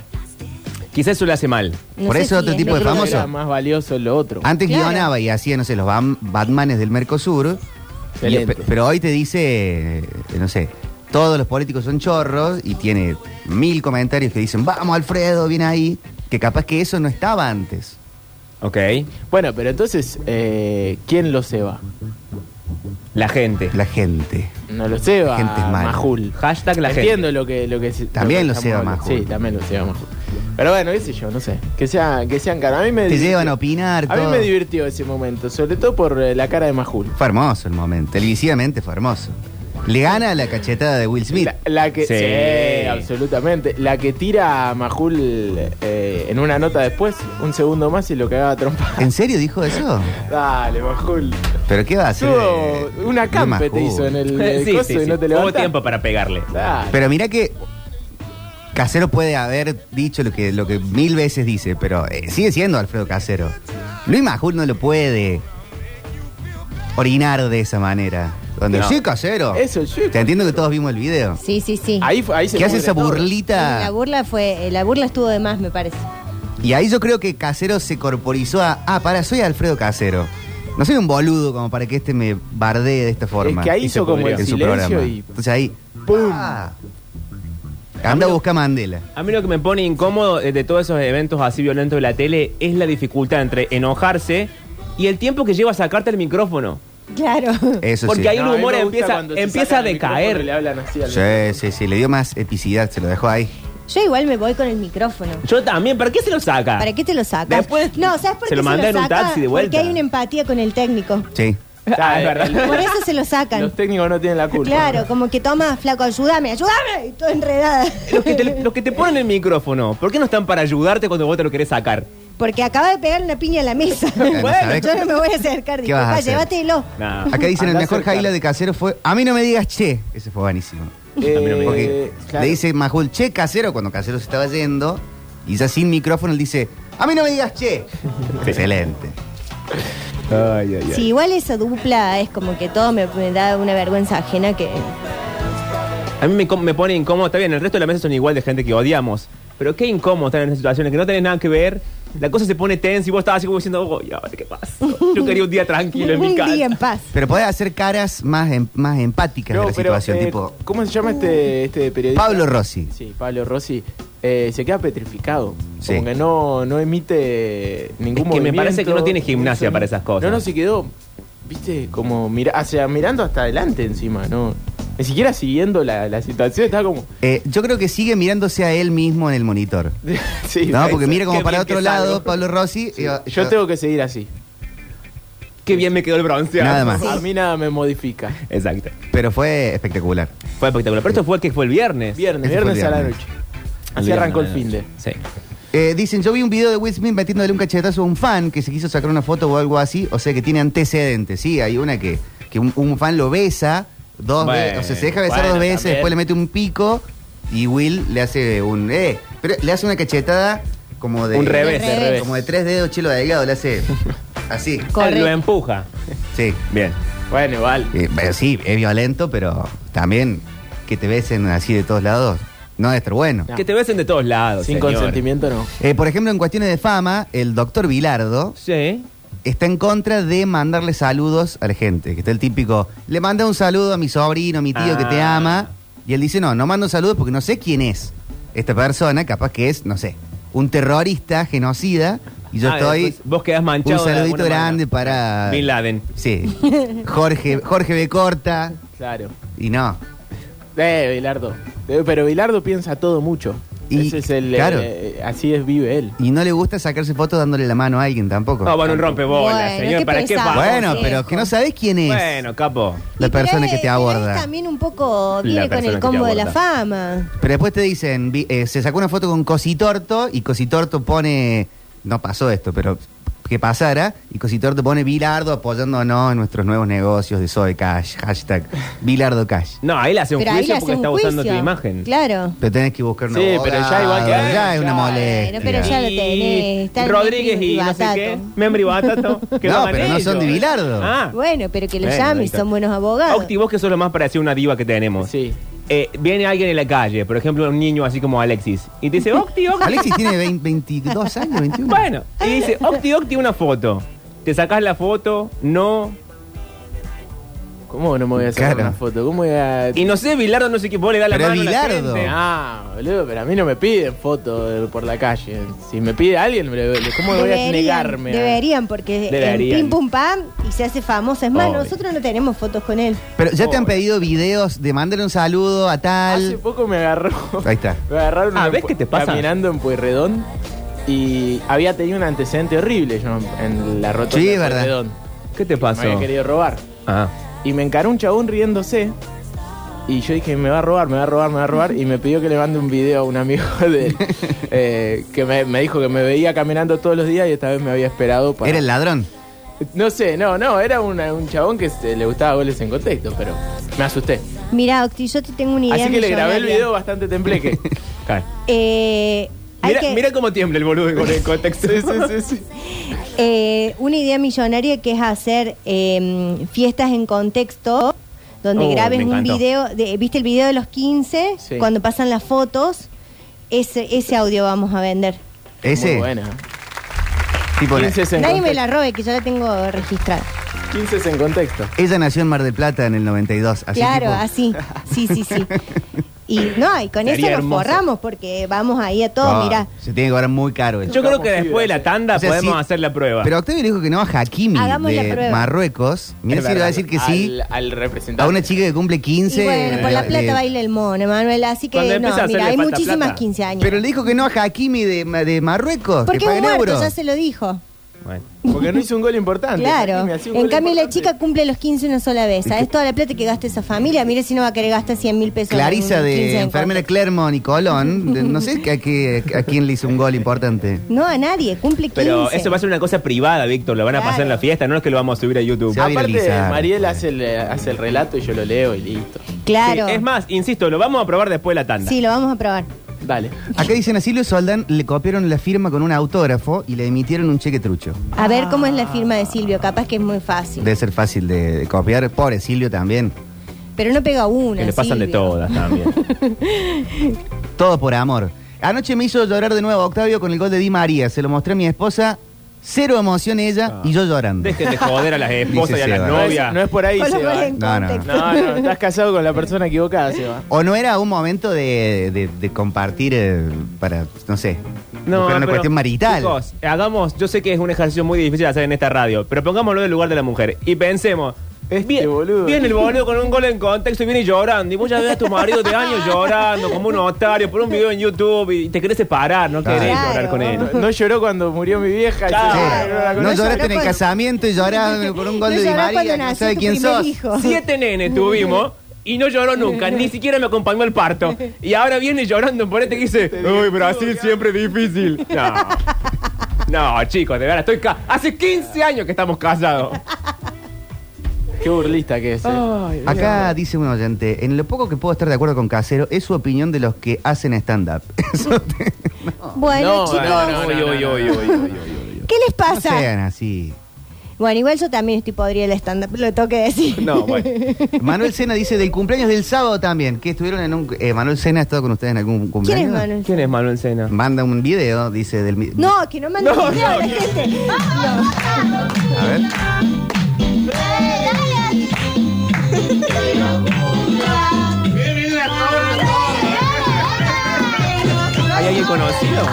Speaker 3: Quizás eso le hace mal.
Speaker 2: No
Speaker 1: Por
Speaker 2: sé
Speaker 1: eso
Speaker 2: si
Speaker 1: otro
Speaker 2: es
Speaker 1: tipo de
Speaker 2: mejor.
Speaker 1: famoso. Ah.
Speaker 4: Era más valioso lo otro.
Speaker 1: Antes
Speaker 2: Claro.
Speaker 1: guionaba y hacía, no sé, los Bam- Batmanes del Mercosur.
Speaker 4: Excelente.
Speaker 1: Y- pe- pero hoy te dice, eh, no sé, todos los políticos son chorros y tiene mil comentarios que dicen, vamos Alfredo, viene ahí. Que capaz que eso no estaba antes.
Speaker 3: Ok.
Speaker 4: Bueno, pero entonces, eh, ¿quién lo ceba?
Speaker 3: La gente.
Speaker 1: La gente.
Speaker 4: No lo ceba,
Speaker 1: Gente es mala.
Speaker 4: Majul.
Speaker 3: Hashtag la
Speaker 4: Entiendo lo que, lo que se-
Speaker 1: También
Speaker 4: que
Speaker 1: lo ceba
Speaker 4: estamos hablando.
Speaker 1: Majul.
Speaker 4: Sí, también lo ceba Majul. Pero bueno, qué sé yo, no sé. Que, sea, que sean caros. A mí me
Speaker 1: Te
Speaker 4: divirtió-
Speaker 1: llevan a opinar,
Speaker 4: A mí
Speaker 1: todo.
Speaker 4: me divirtió ese momento, sobre todo por eh, la cara de Majul.
Speaker 1: Fue hermoso el momento. Televisivamente fue hermoso. Le gana la cachetada de Will Smith.
Speaker 4: La, la que.
Speaker 3: Sí.
Speaker 4: Sí. absolutamente. La que tira a Majul eh, en una nota después, un segundo más y lo cagaba a trompa.
Speaker 1: ¿En serio dijo eso?
Speaker 4: Dale, Majul.
Speaker 1: ¿Pero qué va a hacer?
Speaker 4: Tuvo
Speaker 1: eh,
Speaker 4: una campe te
Speaker 1: Majul?
Speaker 4: hizo en el, eh,
Speaker 3: Sí,
Speaker 4: coso
Speaker 3: sí,
Speaker 4: y
Speaker 3: sí.
Speaker 4: no te
Speaker 3: Hubo
Speaker 4: levantás.
Speaker 3: tiempo para pegarle.
Speaker 4: Dale.
Speaker 1: Pero mira que Casero puede haber dicho lo que, lo que mil veces dice, pero eh, sigue siendo Alfredo Casero. Luis Majul no lo puede orinar de esa manera. Donde
Speaker 3: No.
Speaker 1: sí, Casero.
Speaker 4: Eso, sí,
Speaker 1: Te entiendo que todos vimos el video.
Speaker 2: Sí, sí, sí.
Speaker 4: Ahí, fu- ahí se
Speaker 1: Que hace
Speaker 4: pudre
Speaker 1: esa
Speaker 4: todo.
Speaker 2: La
Speaker 1: burlita.
Speaker 2: burla fue, eh, la burla estuvo de más, me parece.
Speaker 1: Y ahí yo creo que Casero se corporizó a, ah, para, soy Alfredo Casero. No soy un boludo como para que este me bardee de esta forma.
Speaker 4: Es que ahí
Speaker 3: Y se
Speaker 4: hizo como
Speaker 3: pudrió.
Speaker 4: el
Speaker 1: en su
Speaker 4: silencio
Speaker 1: programa.
Speaker 4: y.
Speaker 1: Entonces ahí.
Speaker 4: ¡Pum!
Speaker 1: ah. anda a buscar Mandela.
Speaker 3: A mí lo que me pone incómodo eh, de todos esos eventos así violentos de la tele es la dificultad entre enojarse y el tiempo que lleva a sacarte el micrófono.
Speaker 2: Claro.
Speaker 1: Eso
Speaker 3: Porque
Speaker 1: sí.
Speaker 3: ahí el
Speaker 4: No, a mí me
Speaker 3: humor
Speaker 4: gusta
Speaker 3: empieza-
Speaker 4: cuando se
Speaker 3: empieza
Speaker 4: sacan
Speaker 3: a
Speaker 4: el micrófono
Speaker 3: decaer.
Speaker 4: y le hablan así al
Speaker 1: Sí, sí, sí, le dio más epicidad, se lo dejó ahí.
Speaker 2: Yo igual me voy con el micrófono.
Speaker 3: Yo también, ¿para qué se lo
Speaker 1: Ah.
Speaker 3: saca?
Speaker 2: ¿Para qué te lo sacas?
Speaker 3: Después
Speaker 2: no, ¿sabes por
Speaker 3: se
Speaker 2: qué
Speaker 3: lo manda en un
Speaker 2: saca?
Speaker 3: taxi de vuelta.
Speaker 2: Porque hay una empatía con el técnico.
Speaker 1: Sí.
Speaker 3: Ah, es verdad.
Speaker 2: Por eso se lo sacan.
Speaker 4: Los técnicos no tienen la culpa.
Speaker 2: Claro, como que toma, flaco, ayúdame, ayúdame. Y todo enredada.
Speaker 3: Los que, te, los que te ponen el micrófono, ¿por qué no están para ayudarte cuando vos te lo querés sacar?
Speaker 2: Porque acaba de pegar una piña a la mesa.
Speaker 1: Bueno, ¿sabes?
Speaker 2: yo no me voy a acercar.
Speaker 1: ¿Qué vas a
Speaker 2: Disculpa,
Speaker 1: hacer?
Speaker 2: llévatelo.
Speaker 3: Nah.
Speaker 1: Acá dicen el
Speaker 4: Ah. Andá
Speaker 1: mejor
Speaker 4: cerca.
Speaker 1: jaila de casero fue. A mí no me digas che. Ese fue buenísimo.
Speaker 4: Eh,
Speaker 1: Porque
Speaker 4: claro.
Speaker 1: le dice Majul, che casero, cuando casero se estaba yendo. Y ya sin micrófono él dice, a mí no me digas che. Excelente.
Speaker 4: Ay, ay, ay.
Speaker 2: Si igual esa dupla es como que todo me, me da una vergüenza ajena que...
Speaker 3: A mí me, com- me pone incómodo, está bien, el resto de la mesa son igual de gente que odiamos. Pero qué incómodo estar en esas situaciones que no tenés nada que ver. La cosa se pone tensa y vos estás así como diciendo, oh, ya, ¿qué pasa? Yo quería un día tranquilo en mi
Speaker 2: un
Speaker 3: casa.
Speaker 2: día en paz.
Speaker 1: Pero podés hacer caras más, em- más empáticas
Speaker 4: No,
Speaker 1: de la
Speaker 4: pero,
Speaker 1: situación.
Speaker 4: eh,
Speaker 1: tipo, Uh.
Speaker 4: ¿Cómo se llama este, este periodista?
Speaker 1: Pablo Rossi.
Speaker 4: Sí, Pablo Rossi. eh, se queda petrificado.
Speaker 1: Sí.
Speaker 4: Como que no, no emite ningún
Speaker 3: Es que me
Speaker 4: movimiento.
Speaker 3: parece que no tiene gimnasia para esas cosas.
Speaker 4: No, no, se quedó, viste, como mira, o sea, mirando hasta adelante encima, ¿no? Ni siquiera siguiendo la, la situación, estaba como.
Speaker 1: Eh, yo creo que sigue mirándose a él mismo en el monitor.
Speaker 4: sí,
Speaker 1: No, porque
Speaker 4: eso,
Speaker 1: mira como
Speaker 4: qué
Speaker 1: para
Speaker 4: bien
Speaker 1: otro
Speaker 4: que salgo.
Speaker 1: lado, Pablo Rossi.
Speaker 4: Sí,
Speaker 1: y-
Speaker 4: Yo tengo que seguir así.
Speaker 3: Qué bien me quedó el bronceado.
Speaker 1: Nada más.
Speaker 4: A mí nada me modifica.
Speaker 3: Exacto.
Speaker 1: Pero fue espectacular.
Speaker 3: Fue espectacular. Pero esto fue que fue el viernes.
Speaker 4: Viernes,
Speaker 1: Ese fue el
Speaker 4: viernes a la
Speaker 1: viernes.
Speaker 4: noche. Así arrancó el fin de.
Speaker 3: viernes. Sí.
Speaker 1: Eh, dicen, yo vi un video de Will Smith metiéndole un cachetazo a un fan que se quiso sacar una foto o algo así, o sea que tiene antecedentes, sí, hay una que, que un, un fan lo besa dos
Speaker 3: Bueno,
Speaker 1: veces, o sea, se deja besar
Speaker 4: bueno,
Speaker 1: dos veces,
Speaker 4: también.
Speaker 1: después le mete un pico y Will le hace un, eh, pero le hace una cachetada como de...
Speaker 3: Un revés,
Speaker 2: De revés.
Speaker 1: Como de tres dedos, chelo delgado, le hace así,
Speaker 2: Correcto.
Speaker 3: Lo empuja.
Speaker 1: sí.
Speaker 3: Bien.
Speaker 4: Bueno, igual.
Speaker 1: Eh, pero sí, es violento, pero también que te besen así de todos lados, no debe estar bueno.
Speaker 4: No.
Speaker 3: Que te besen de todos lados.
Speaker 4: Sin
Speaker 3: Oh, señor.
Speaker 4: consentimiento no.
Speaker 1: Eh, por ejemplo, en cuestiones de fama, el doctor Vilardo...
Speaker 3: Sí.
Speaker 1: está en contra de mandarle saludos a la gente. Que está el típico, le manda un saludo a mi sobrino, a mi tío que te
Speaker 3: Ah.
Speaker 1: ama. Y él dice, no, no mando saludos porque no sé quién es esta persona. Capaz que es, no sé, un terrorista, genocida. Y yo
Speaker 3: Ah,
Speaker 1: estoy...
Speaker 3: después vos quedás
Speaker 1: Un
Speaker 3: manchado. de
Speaker 1: saludito
Speaker 3: alguna
Speaker 1: grande
Speaker 3: manera.
Speaker 1: para...
Speaker 3: Bin Laden.
Speaker 1: Sí. Jorge, Jorge B. Corta.
Speaker 4: Claro.
Speaker 1: Y no.
Speaker 4: Eh, Bilardo. Eh, pero Bilardo piensa todo mucho.
Speaker 1: Y,
Speaker 4: Ese es el. eh,
Speaker 1: claro.
Speaker 4: eh, así es, vive él.
Speaker 1: Y no le gusta sacarse fotos dándole la mano a alguien tampoco.
Speaker 4: Ah,
Speaker 3: No, bueno, un rompebola,
Speaker 2: Bueno,
Speaker 3: señor.
Speaker 2: qué
Speaker 3: ¿Para qué
Speaker 2: pesado.
Speaker 3: va?
Speaker 1: bueno,
Speaker 2: viejo.
Speaker 1: pero que no sabes quién es
Speaker 3: Bueno, capo.
Speaker 1: la
Speaker 2: Y pero
Speaker 1: persona
Speaker 2: es-
Speaker 1: que te
Speaker 2: pero es
Speaker 1: aborda.
Speaker 2: también un poco
Speaker 3: La
Speaker 2: viene con
Speaker 3: persona que
Speaker 2: el
Speaker 3: te
Speaker 2: combo de la
Speaker 3: aborda.
Speaker 2: fama.
Speaker 1: Pero después te dicen, vi- eh, se sacó una foto con Cositorto y Cositorto pone, no pasó esto, pero que pasara, y Cositorto pone Bilardo apoyándonos en nuestros nuevos negocios de Zoe Cash, hashtag Bilardo Cash.
Speaker 3: No, ahí le hace un
Speaker 2: Pero ahí le
Speaker 3: juicio
Speaker 2: hace
Speaker 3: porque
Speaker 2: un
Speaker 3: está
Speaker 2: juicio.
Speaker 3: usando tu imagen.
Speaker 2: Claro.
Speaker 1: Pero tenés que buscar un
Speaker 4: Sí, pero ya igual que-
Speaker 1: abogado, ya es
Speaker 4: ya.
Speaker 1: una molestia.
Speaker 2: Bueno, pero ya- lo tenés, está el
Speaker 3: Rodríguez
Speaker 2: Membri
Speaker 3: y
Speaker 2: y
Speaker 3: no sé
Speaker 2: Batato.
Speaker 3: qué. Membri y Batato. que
Speaker 1: No,
Speaker 3: lo aman
Speaker 1: pero no son
Speaker 3: ellos.
Speaker 1: de Bilardo.
Speaker 3: Ah.
Speaker 2: Bueno, pero que lo
Speaker 3: Bueno, ahí
Speaker 2: llamen,
Speaker 3: está.
Speaker 2: son buenos abogados.
Speaker 3: Octi, vos que sos lo más parecido a una diva que tenemos.
Speaker 4: Sí.
Speaker 3: eh, viene alguien en la calle, por ejemplo, un niño así como Alexis, y te dice, Octi, Octi.
Speaker 1: Alexis tiene 20 22 años, 21.
Speaker 3: Bueno, y dice, Octi, Octi, una foto. Te sacás la foto, no.
Speaker 4: ¿Cómo no me voy a sacar
Speaker 1: Claro.
Speaker 4: una foto? ¿Cómo voy a.?
Speaker 3: Y no sé, Bilardo, no sé qué, vos le das la
Speaker 1: Pero
Speaker 3: mano. a la
Speaker 1: Bilardo.
Speaker 3: gente.
Speaker 4: Ah, boludo, pero a mí no me piden foto de- por la calle. Si me pide alguien, le- le- ¿cómo voy a
Speaker 2: Deberían,
Speaker 4: negarme? a-
Speaker 2: deberían, porque
Speaker 3: Deberían.
Speaker 2: en pim pum pam y se hace famoso. Es más,
Speaker 4: Obvio.
Speaker 2: nosotros no tenemos fotos con él.
Speaker 1: Pero ya te han pedido videos de mándale un saludo a
Speaker 4: Hace
Speaker 1: tal.
Speaker 4: poco me agarró.
Speaker 1: Ahí está.
Speaker 4: Me agarraron
Speaker 3: Ah,
Speaker 4: en
Speaker 3: ¿ves
Speaker 4: Pu-
Speaker 3: qué te pasa?
Speaker 4: caminando en Pueyrredón y había tenido un antecedente horrible yo en la rotonda
Speaker 1: Sí,
Speaker 4: de
Speaker 1: verdad.
Speaker 4: Pueyrredón.
Speaker 3: ¿Qué te
Speaker 4: Me
Speaker 3: pasó?
Speaker 4: había querido robar.
Speaker 3: Ah.
Speaker 4: Y me encaró un chabón riéndose. Y yo dije, me va a robar, me va a robar, me va a robar. Y me pidió que le mande un video a un amigo de él. eh, que me, me dijo que me veía caminando todos los días y esta vez me había esperado para.
Speaker 1: Era el ladrón.
Speaker 4: No sé, no, no, era una- un chabón que se- le gustaba goles en contexto, pero me asusté.
Speaker 2: Mira, Octi, yo te tengo una idea.
Speaker 4: Así que le grabé el
Speaker 2: millonaria.
Speaker 4: video bastante tembleque.
Speaker 3: claro.
Speaker 2: Eh, hay
Speaker 3: Mira,
Speaker 2: que-
Speaker 3: mira cómo tiembla el boludo con el contexto.
Speaker 4: sí, sí, sí, sí.
Speaker 2: Eh, una idea millonaria que es hacer eh, fiestas en contexto, donde
Speaker 3: Oh,
Speaker 2: grabes
Speaker 3: me
Speaker 2: un
Speaker 3: encantó.
Speaker 2: video, de- ¿viste el video de los 15?
Speaker 4: Sí.
Speaker 2: Cuando pasan las fotos, ese, ese audio vamos a vender.
Speaker 1: Ese.
Speaker 4: Muy buena.
Speaker 1: tipo,
Speaker 4: 15 es en
Speaker 2: Nadie me la
Speaker 4: contexto.
Speaker 2: robe, que yo la tengo registrada.
Speaker 4: 15 es en contexto.
Speaker 1: Ella nació en Mar del Plata en el 92. Así
Speaker 2: claro,
Speaker 1: tipo-
Speaker 2: así. Sí, sí, sí. Y no, y con
Speaker 3: Sería
Speaker 2: eso nos
Speaker 3: hermoso.
Speaker 2: forramos porque vamos ahí a todo,
Speaker 1: Ah,
Speaker 2: mira.
Speaker 1: Se tiene que cobrar muy caro eso.
Speaker 3: Yo creo que después de la tanda
Speaker 1: O sea,
Speaker 3: podemos
Speaker 1: sí,
Speaker 3: hacer la prueba.
Speaker 1: Pero Octavio le dijo que no a Hakimi
Speaker 2: Hagamos la
Speaker 1: de
Speaker 2: prueba.
Speaker 1: Marruecos. Mira
Speaker 4: Es
Speaker 1: si le va a
Speaker 4: verdad.
Speaker 1: decir que sí
Speaker 4: Al, al
Speaker 1: a
Speaker 4: representante.
Speaker 1: una chica que cumple 15.
Speaker 2: Y bueno, por la
Speaker 1: eh,
Speaker 2: plata
Speaker 1: de-
Speaker 2: baila el mono, Emanuel. Así
Speaker 3: Cuando
Speaker 2: que no,
Speaker 3: empieza a
Speaker 2: mira,
Speaker 3: hacerle
Speaker 2: hay
Speaker 3: falta plata.
Speaker 2: muchísimas 15 años.
Speaker 1: Pero le dijo que no a Hakimi de, de Marruecos.
Speaker 2: porque
Speaker 1: que
Speaker 2: es un
Speaker 1: paguen
Speaker 2: muerto,
Speaker 1: euros.
Speaker 2: ya se lo dijo.
Speaker 3: Bueno.
Speaker 4: Porque no hizo un gol importante.
Speaker 2: Claro.
Speaker 4: Me hacía un
Speaker 2: En
Speaker 4: gol
Speaker 2: cambio, la
Speaker 4: importante.
Speaker 2: chica cumple los 15 una sola vez. ¿Sabes toda la plata que gasta esa familia? Mire si no va a querer gastar 100 mil pesos. en
Speaker 1: Clarisa
Speaker 2: un 15
Speaker 1: de
Speaker 2: en
Speaker 1: enfermera Clermont y Colón. de- no sé a, qué- a quién le hizo un gol importante.
Speaker 2: Córdoba. No, a nadie. Cumple 15.
Speaker 3: Pero eso va a ser una cosa privada, Víctor. Lo van a
Speaker 2: Claro.
Speaker 3: pasar en la fiesta, no es que lo vamos a subir a YouTube.
Speaker 1: Se va a
Speaker 4: Aparte,
Speaker 1: viralizar.
Speaker 4: Mariel hace el, hace el relato y yo lo leo y listo.
Speaker 2: Claro.
Speaker 3: Sí, es más, insisto, lo vamos a probar después de la tanda.
Speaker 2: Sí, lo vamos a probar.
Speaker 4: Dale.
Speaker 1: Acá dicen a Silvio Soldán le copiaron la firma con un autógrafo y le emitieron un cheque trucho.
Speaker 2: A
Speaker 3: Ah.
Speaker 2: ver cómo es la firma de Silvio. Capaz que es muy fácil.
Speaker 1: Debe ser fácil de, de copiar. Pobre Silvio también.
Speaker 2: Pero no pega una.
Speaker 3: que le pasan de
Speaker 2: Silvio.
Speaker 3: todas también.
Speaker 1: Todo por amor. Anoche me hizo llorar de nuevo Octavio con el gol de Di María. Se lo mostré a mi esposa. Cero emoción ella y yo llorando.
Speaker 3: Dejen de joder a las esposas y
Speaker 1: Dice
Speaker 3: a las
Speaker 1: Seba.
Speaker 4: No es, no
Speaker 3: novias.
Speaker 4: es por ahí,
Speaker 2: Con los goles
Speaker 4: Seba.
Speaker 2: en
Speaker 1: No, no.
Speaker 2: contexto.
Speaker 4: No, no, estás casado con la persona equivocada, Seba.
Speaker 1: O no era un momento de, de- de compartir eh, para, no sé, buscar una
Speaker 3: pero,
Speaker 1: cuestión marital.
Speaker 3: chicos, hagamos, yo sé que es un ejercicio muy difícil de hacer en esta radio, pero pongámoslo en el lugar de la mujer y pensemos.
Speaker 4: Este
Speaker 3: bien-
Speaker 4: boludo.
Speaker 3: Viene el boludo con un gol en contexto y viene llorando. Y vos ya ves a tu marido de años llorando como un notario por un video en YouTube y te querés separar, no
Speaker 1: Claro.
Speaker 3: querés llorar con él.
Speaker 4: No, no lloró cuando murió mi vieja.
Speaker 1: Sí.
Speaker 3: Claro.
Speaker 4: Yo- yo la
Speaker 1: No
Speaker 4: conozco.
Speaker 1: lloraste en el
Speaker 2: cuando-
Speaker 1: casamiento y lloras por un gol
Speaker 2: No
Speaker 1: de Di
Speaker 2: llorás
Speaker 1: María.
Speaker 2: cuando
Speaker 1: No
Speaker 2: nació
Speaker 1: sabes
Speaker 2: tu
Speaker 1: quién
Speaker 2: primer
Speaker 1: sos.
Speaker 2: hijo.
Speaker 3: Siete nenes tuvimos y no lloró nunca, ni siquiera me acompañó al parto. Y ahora viene llorando, ponete que dice, uy, Brasil siempre difícil. No, no chicos, de verdad, estoy ca hace 15 años que estamos casados.
Speaker 4: Qué burlista que es. eh.
Speaker 3: Oh.
Speaker 1: Acá dice un oyente, en lo poco que puedo estar de acuerdo con Casero, es su opinión de los que hacen stand-up. Eso te-
Speaker 2: Bueno, chicos, ¿qué les
Speaker 1: no
Speaker 2: pasa?
Speaker 1: sean así.
Speaker 2: Bueno, igual yo también estoy podrida del stand-up, lo tengo que decir.
Speaker 3: No, bueno.
Speaker 1: Manuel Sena dice del cumpleaños del sábado también, que estuvieron en un... eh, Manuel Sena ha estado con ustedes en algún
Speaker 2: ¿Quién
Speaker 1: cumpleaños.
Speaker 2: es Manuel?
Speaker 3: ¿Quién es Manuel Sena?
Speaker 1: Manda un video, dice del... mi-
Speaker 2: No, que no mande
Speaker 3: No,
Speaker 2: video a
Speaker 3: no,
Speaker 2: la
Speaker 3: no.
Speaker 2: gente.
Speaker 1: A ver.
Speaker 3: ¿Hay alguien conocido?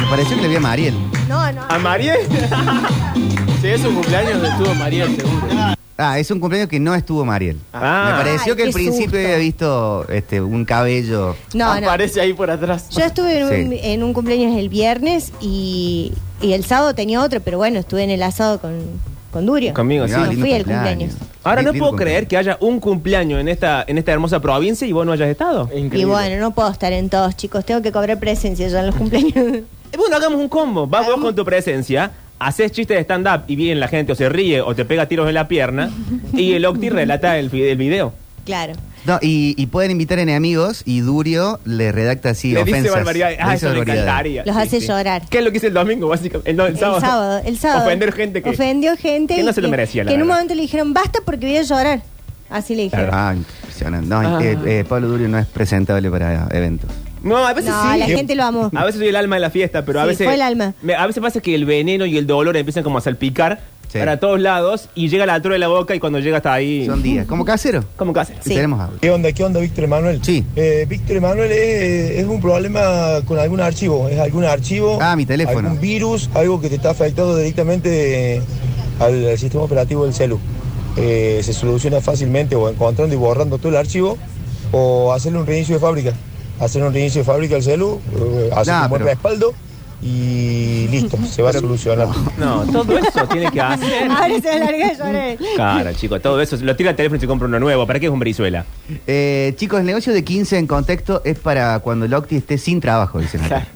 Speaker 1: Me pareció que le vi a Mariel.
Speaker 2: No, no.
Speaker 3: ¿A Mariel?
Speaker 4: Si es un cumpleaños, estuvo María seguro.
Speaker 1: Ah, es un cumpleaños que no estuvo Mariel.
Speaker 3: Ah.
Speaker 1: Me pareció
Speaker 2: Ay,
Speaker 1: que al
Speaker 2: qué
Speaker 1: principio
Speaker 2: susto.
Speaker 1: había visto este, un cabello.
Speaker 2: No, no.
Speaker 4: Aparece ahí por atrás.
Speaker 2: Yo estuve en un,
Speaker 1: Sí.
Speaker 2: en un cumpleaños el viernes y, y el sábado tenía otro, pero bueno, estuve en el asado con, con Durio.
Speaker 3: Conmigo, sí.
Speaker 1: Mirá,
Speaker 2: No
Speaker 1: lindo
Speaker 2: fui al cumpleaños.
Speaker 3: Ahora no
Speaker 1: Lindo
Speaker 3: puedo
Speaker 1: cumpleaños.
Speaker 3: creer que haya un cumpleaños en esta, en esta hermosa provincia y vos no hayas estado.
Speaker 4: Increíble.
Speaker 2: Y bueno, no puedo estar en todos, chicos. Tengo que cobrar presencia yo en los cumpleaños.
Speaker 3: Eh, Bueno, hagamos un combo. Vas vos con tu presencia, haces chistes de stand-up y bien la gente o se ríe o te pega tiros en la pierna y el Octi relata el, vi- el video.
Speaker 2: claro.
Speaker 1: No, y, y pueden invitar enemigos y Durio le redacta así
Speaker 3: Le dice
Speaker 1: ofensas.
Speaker 3: barbaridades.
Speaker 1: Le
Speaker 3: Ah,
Speaker 1: dice
Speaker 3: eso me
Speaker 1: barbaridades.
Speaker 3: encantaría.
Speaker 2: Los
Speaker 3: Sí,
Speaker 2: hace
Speaker 3: sí.
Speaker 2: llorar.
Speaker 3: ¿Qué es lo que hice el domingo, básicamente? El, no, el
Speaker 2: El
Speaker 3: sábado.
Speaker 2: sábado, el sábado.
Speaker 3: Ofender gente que...
Speaker 2: Ofendió gente.
Speaker 3: que no se lo merecía, la
Speaker 2: Que en un
Speaker 3: verdad.
Speaker 2: momento le dijeron, basta porque voy a llorar. Así le dijeron.
Speaker 3: Claro.
Speaker 1: Ah, Impresionante. No,
Speaker 3: Ah.
Speaker 1: eh, eh, Pablo Durio no es presentable para eventos.
Speaker 3: No, a veces
Speaker 2: No,
Speaker 3: Pues sí. Ah.
Speaker 2: la gente lo amó.
Speaker 3: A veces soy el alma de la fiesta, pero a
Speaker 2: Sí,
Speaker 3: veces.
Speaker 2: fue el alma.
Speaker 3: me- a veces pasa que el veneno y el dolor empiezan como a salpicar
Speaker 1: Sí.
Speaker 3: para todos lados y llega a la altura de la boca y cuando llega hasta ahí.
Speaker 1: Son días. Como casero.
Speaker 3: ¿Cómo que hacen?
Speaker 1: Y
Speaker 2: Sí.
Speaker 1: tenemos audio.
Speaker 6: ¿Qué onda, qué onda, Víctor Emanuel?
Speaker 1: Sí.
Speaker 6: Eh, Víctor Emanuel es, es un problema con algún archivo, es algún
Speaker 4: Oh,
Speaker 6: archivo.
Speaker 1: Ah, mi teléfono.
Speaker 6: Algún virus, algo que te está afectando directamente eh, al, al sistema operativo del celu. Eh, se soluciona fácilmente o encontrando y borrando todo el archivo o hacerle un reinicio de fábrica. Hacer un reinicio de fábrica al celu, eh, hacer
Speaker 1: Nah,
Speaker 6: un buen
Speaker 1: pero-
Speaker 6: respaldo y listo, se va a solucionar.
Speaker 3: No, todo eso tiene que hacer.
Speaker 2: Ahora se larga a llorar.
Speaker 3: Cara, chico, todo eso. Lo tira el teléfono y se compra uno nuevo. ¿Para qué es un brizuela?
Speaker 1: Eh, chicos, el negocio de 15 en contexto es para cuando el Octi esté sin trabajo, dicen acá.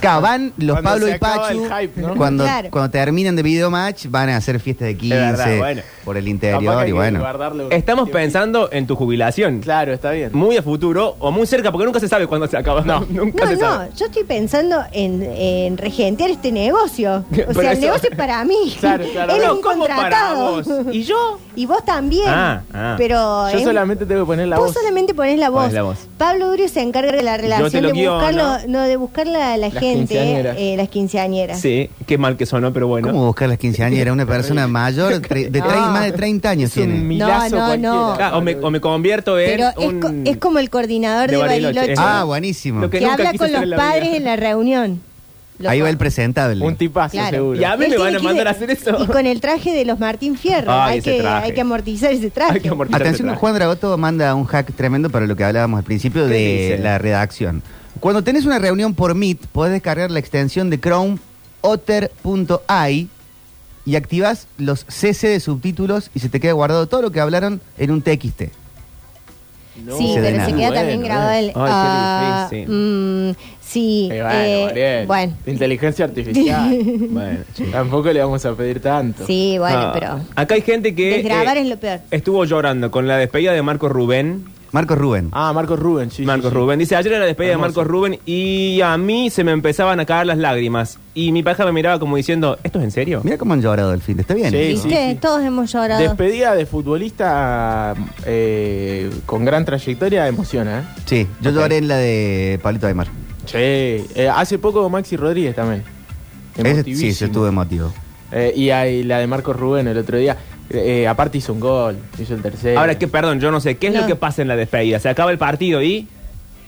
Speaker 1: Claro, van los
Speaker 4: Cuando
Speaker 1: Pablo
Speaker 4: se
Speaker 1: y
Speaker 4: acaba
Speaker 1: Pachu.
Speaker 4: el hype, ¿no?
Speaker 1: Cuando,
Speaker 2: Claro.
Speaker 1: cuando terminan de video match, van a hacer fiestas de 15
Speaker 3: verdad, bueno.
Speaker 1: por el
Speaker 4: Capaz que
Speaker 1: interior
Speaker 4: hay
Speaker 1: y
Speaker 4: que
Speaker 1: bueno.
Speaker 4: guardarle un-
Speaker 3: Estamos pensando en tu jubilación.
Speaker 4: Claro, está bien.
Speaker 3: Muy a futuro o muy cerca, porque nunca se sabe cuándo se acaba. No, nunca
Speaker 2: No,
Speaker 3: se sabe.
Speaker 2: no, yo estoy pensando en, en regentear este negocio. O
Speaker 3: Pero
Speaker 2: sea, el
Speaker 3: eso-
Speaker 2: negocio es para mí.
Speaker 4: Claro, claro.
Speaker 2: Él es
Speaker 4: No,
Speaker 2: un
Speaker 3: ¿cómo para
Speaker 2: contratado.
Speaker 3: vos? ¿Y yo?
Speaker 2: Y vos también.
Speaker 3: Ah, ah.
Speaker 2: Pero
Speaker 4: Yo
Speaker 2: es-
Speaker 4: solamente tengo que poner la
Speaker 2: vos
Speaker 4: voz.
Speaker 2: solamente ponés la voz.
Speaker 3: Ponés la voz.
Speaker 2: Pablo Durio se encarga de la relación,
Speaker 3: lo
Speaker 2: de
Speaker 3: guiono.
Speaker 2: buscar, lo- no, de buscar la, la
Speaker 4: Las
Speaker 2: gente,
Speaker 4: quinceañeras.
Speaker 2: eh, las quinceañeras.
Speaker 3: Sí, qué mal que sonó, pero bueno.
Speaker 1: ¿Cómo buscar las 15 años? Era una persona mayor tre- de
Speaker 2: No.
Speaker 1: tre- más de 30 años.
Speaker 4: Es un
Speaker 1: Tiene.
Speaker 4: milazo
Speaker 2: No, no, no.
Speaker 4: cualquiera.
Speaker 3: Ah, o, me, o me convierto en.
Speaker 2: Pero es,
Speaker 3: un-
Speaker 2: co- es como el coordinador de,
Speaker 3: de Bariloche.
Speaker 2: Bariloche,
Speaker 1: Ah, buenísimo.
Speaker 3: Lo
Speaker 2: que,
Speaker 3: que nunca
Speaker 2: habla
Speaker 3: quiso
Speaker 2: con
Speaker 3: hacer
Speaker 2: los
Speaker 3: en la
Speaker 2: padres
Speaker 3: vida.
Speaker 2: en la reunión. Lo
Speaker 1: Ahí va
Speaker 2: co-
Speaker 1: el presentable.
Speaker 4: Un tipazo,
Speaker 2: Claro.
Speaker 4: seguro.
Speaker 3: Y a mí
Speaker 2: Él
Speaker 3: me van
Speaker 2: tiene
Speaker 3: a
Speaker 2: que ir
Speaker 3: mandar
Speaker 2: de-
Speaker 3: a hacer eso.
Speaker 2: Y con el traje de los Martín Fierro.
Speaker 3: Ay,
Speaker 2: hay,
Speaker 3: ese
Speaker 2: que,
Speaker 3: traje.
Speaker 2: hay que amortizar ese traje.
Speaker 3: Hay que amortizar ese
Speaker 1: Atención,
Speaker 3: traje.
Speaker 1: Juan Dragoto manda un hack tremendo para lo que hablábamos al principio
Speaker 3: ¿Qué
Speaker 1: de
Speaker 3: dice?
Speaker 1: la redacción. Cuando tenés una reunión por Meet, podés descargar la extensión de Chrome otter.ai y activás los CC de subtítulos y se te queda guardado todo lo que hablaron en un TXT.
Speaker 2: sí,
Speaker 1: se
Speaker 2: pero
Speaker 1: den
Speaker 2: se
Speaker 1: a-
Speaker 2: queda
Speaker 4: Bueno,
Speaker 2: también grabado
Speaker 3: eh.
Speaker 2: el.
Speaker 3: Ay, qué
Speaker 2: ah,
Speaker 3: difícil.
Speaker 2: mm, sí.
Speaker 4: Eh, bueno,
Speaker 2: eh,
Speaker 4: Gabriel.
Speaker 2: bueno.
Speaker 4: Inteligencia artificial.
Speaker 3: Bueno, chico.
Speaker 4: Tampoco le vamos a pedir tanto.
Speaker 2: Sí, bueno,
Speaker 3: Ah,
Speaker 2: pero.
Speaker 3: Acá hay gente que.
Speaker 2: Desgrabar
Speaker 3: eh,
Speaker 2: es lo peor.
Speaker 3: Estuvo llorando con la despedida de Marcos Rubén.
Speaker 1: Marcos Rubén.
Speaker 4: Ah, Marcos Rubén, sí. sí,
Speaker 3: Marcos
Speaker 4: sí.
Speaker 3: Rubén. Dice, ayer era la despedida
Speaker 4: Hermoso.
Speaker 3: de Marcos Rubén y a mí se me empezaban a caer las lágrimas. Y mi pareja me miraba como diciendo, ¿esto es en serio?
Speaker 1: Mira cómo han llorado el fin. ¿Está bien?
Speaker 4: Sí,
Speaker 2: ¿Viste? Todos hemos llorado.
Speaker 4: Despedida de futbolista eh, con gran trayectoria emociona, ¿eh?
Speaker 1: Sí, yo
Speaker 4: Ok.
Speaker 1: lloré en la de Pablito Aymar.
Speaker 4: Che, eh, hace poco Maxi Rodríguez también.
Speaker 1: Ese,
Speaker 4: Emotivísimo.
Speaker 1: sí, se estuvo emotivo.
Speaker 4: Eh, y ahí la de Marcos Rubén el otro día. Eh, eh, aparte hizo un gol, hizo el tercero.
Speaker 3: Ahora, que perdón, yo no sé, ¿qué es
Speaker 2: No.
Speaker 3: lo que pasa en la despedida? Se acaba el partido y...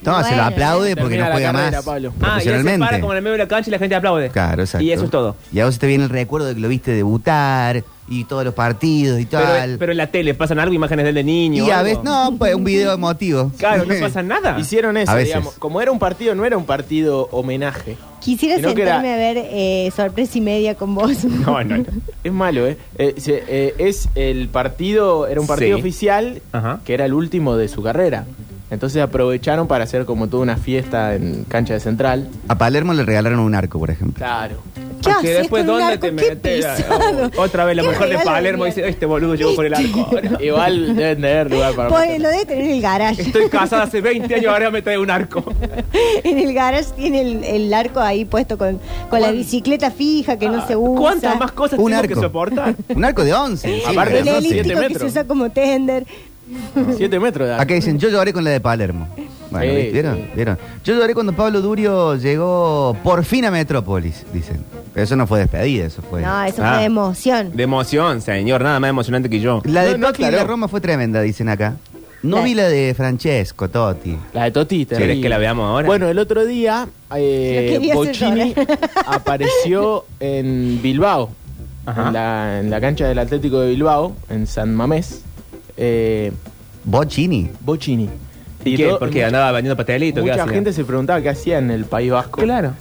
Speaker 1: No,
Speaker 2: Bueno.
Speaker 1: se lo aplaude porque
Speaker 4: Termina
Speaker 1: no
Speaker 4: la
Speaker 1: juega
Speaker 4: carrera,
Speaker 1: más
Speaker 4: Pablo.
Speaker 3: Ah, y él se
Speaker 1: profesionalmente.
Speaker 3: para como en el medio de la cancha y la gente aplaude.
Speaker 1: Claro, exacto.
Speaker 3: Y eso es todo.
Speaker 1: Y a vos te viene el recuerdo de que lo viste debutar y todos los partidos y
Speaker 3: Pero, eh,
Speaker 1: tal.
Speaker 3: pero en la tele pasan algo, imágenes de él de niño.
Speaker 1: y a
Speaker 3: algo.
Speaker 1: veces, no, pues un video emotivo.
Speaker 3: Claro, no pasa nada.
Speaker 4: Hicieron eso,
Speaker 1: A veces.
Speaker 4: digamos. Como era un partido, no era un partido homenaje.
Speaker 2: Quisiera
Speaker 4: Sino que era-
Speaker 2: sentarme a ver eh, sorpresa y media con vos.
Speaker 3: No, no, no.
Speaker 4: Es malo, ¿eh? Eh, se- eh, es el partido, era un partido
Speaker 3: Sí.
Speaker 4: oficial
Speaker 3: Ajá.
Speaker 4: que era el último de su carrera. Entonces aprovecharon para hacer como toda una fiesta en cancha de central.
Speaker 1: A Palermo le regalaron un arco, por ejemplo.
Speaker 4: Claro.
Speaker 2: ¿Qué
Speaker 3: Porque
Speaker 2: haces
Speaker 3: después,
Speaker 2: con un
Speaker 3: ¿dónde
Speaker 2: arco?
Speaker 3: te
Speaker 2: Qué
Speaker 3: metes?
Speaker 2: pesado.
Speaker 3: Oh, Otra vez la
Speaker 2: Qué
Speaker 3: mujer de
Speaker 2: regalo
Speaker 3: Palermo
Speaker 2: mierda.
Speaker 3: dice, este boludo llegó con el arco.
Speaker 4: Igual deben tener lugar para.
Speaker 2: Pone-
Speaker 4: meter.
Speaker 2: Pues, lo debe tener en el garage.
Speaker 3: Estoy casada hace 20 años, ahora me trae un arco.
Speaker 2: En el garage tiene el, el arco ahí puesto con, con la bicicleta fija que no se usa.
Speaker 3: Ah, ¿Cuántas más cosas
Speaker 1: Un
Speaker 3: tengo
Speaker 1: arco.
Speaker 3: que soportar?
Speaker 1: Un arco de 11. encima,
Speaker 4: Aparte,
Speaker 2: El
Speaker 1: de
Speaker 4: no,
Speaker 1: doce.
Speaker 4: siete
Speaker 2: elíptico que
Speaker 4: metros.
Speaker 2: se usa como tender.
Speaker 4: Siete metros de
Speaker 1: Acá dicen, yo lloré con la de Palermo. Bueno,
Speaker 4: Sí,
Speaker 1: ¿vieron?
Speaker 4: sí.
Speaker 1: ¿Vieron? Yo lloré cuando Pablo Durio llegó por fin a Metrópolis, dicen. Pero eso no fue despedida, eso fue...
Speaker 2: No, eso
Speaker 3: Ah.
Speaker 2: fue de emoción.
Speaker 3: De emoción, señor, nada más emocionante que yo.
Speaker 1: La de
Speaker 4: No, no
Speaker 1: Totti y la
Speaker 4: aclaró.
Speaker 1: Roma fue tremenda, dicen acá. No
Speaker 2: La-
Speaker 1: vi la de Francesco Totti.
Speaker 4: La de Toti, terrible.
Speaker 3: ¿Querés que la veamos ahora?
Speaker 4: Bueno, el otro día
Speaker 2: Lo
Speaker 4: eh,
Speaker 2: quería hacer
Speaker 4: Bochini
Speaker 2: llorar.
Speaker 4: apareció en Bilbao,
Speaker 3: Ajá.
Speaker 4: en la, en la cancha del Atlético de Bilbao, en San Mamés. Eh,
Speaker 1: Bochini.
Speaker 4: Bochini.
Speaker 3: ¿Y qué?
Speaker 4: todo-
Speaker 3: Porque andaba vendiendo pastelitos. ¿qué
Speaker 4: Mucha
Speaker 3: hacía?
Speaker 4: gente se preguntaba qué hacía en el País Vasco.
Speaker 3: Claro.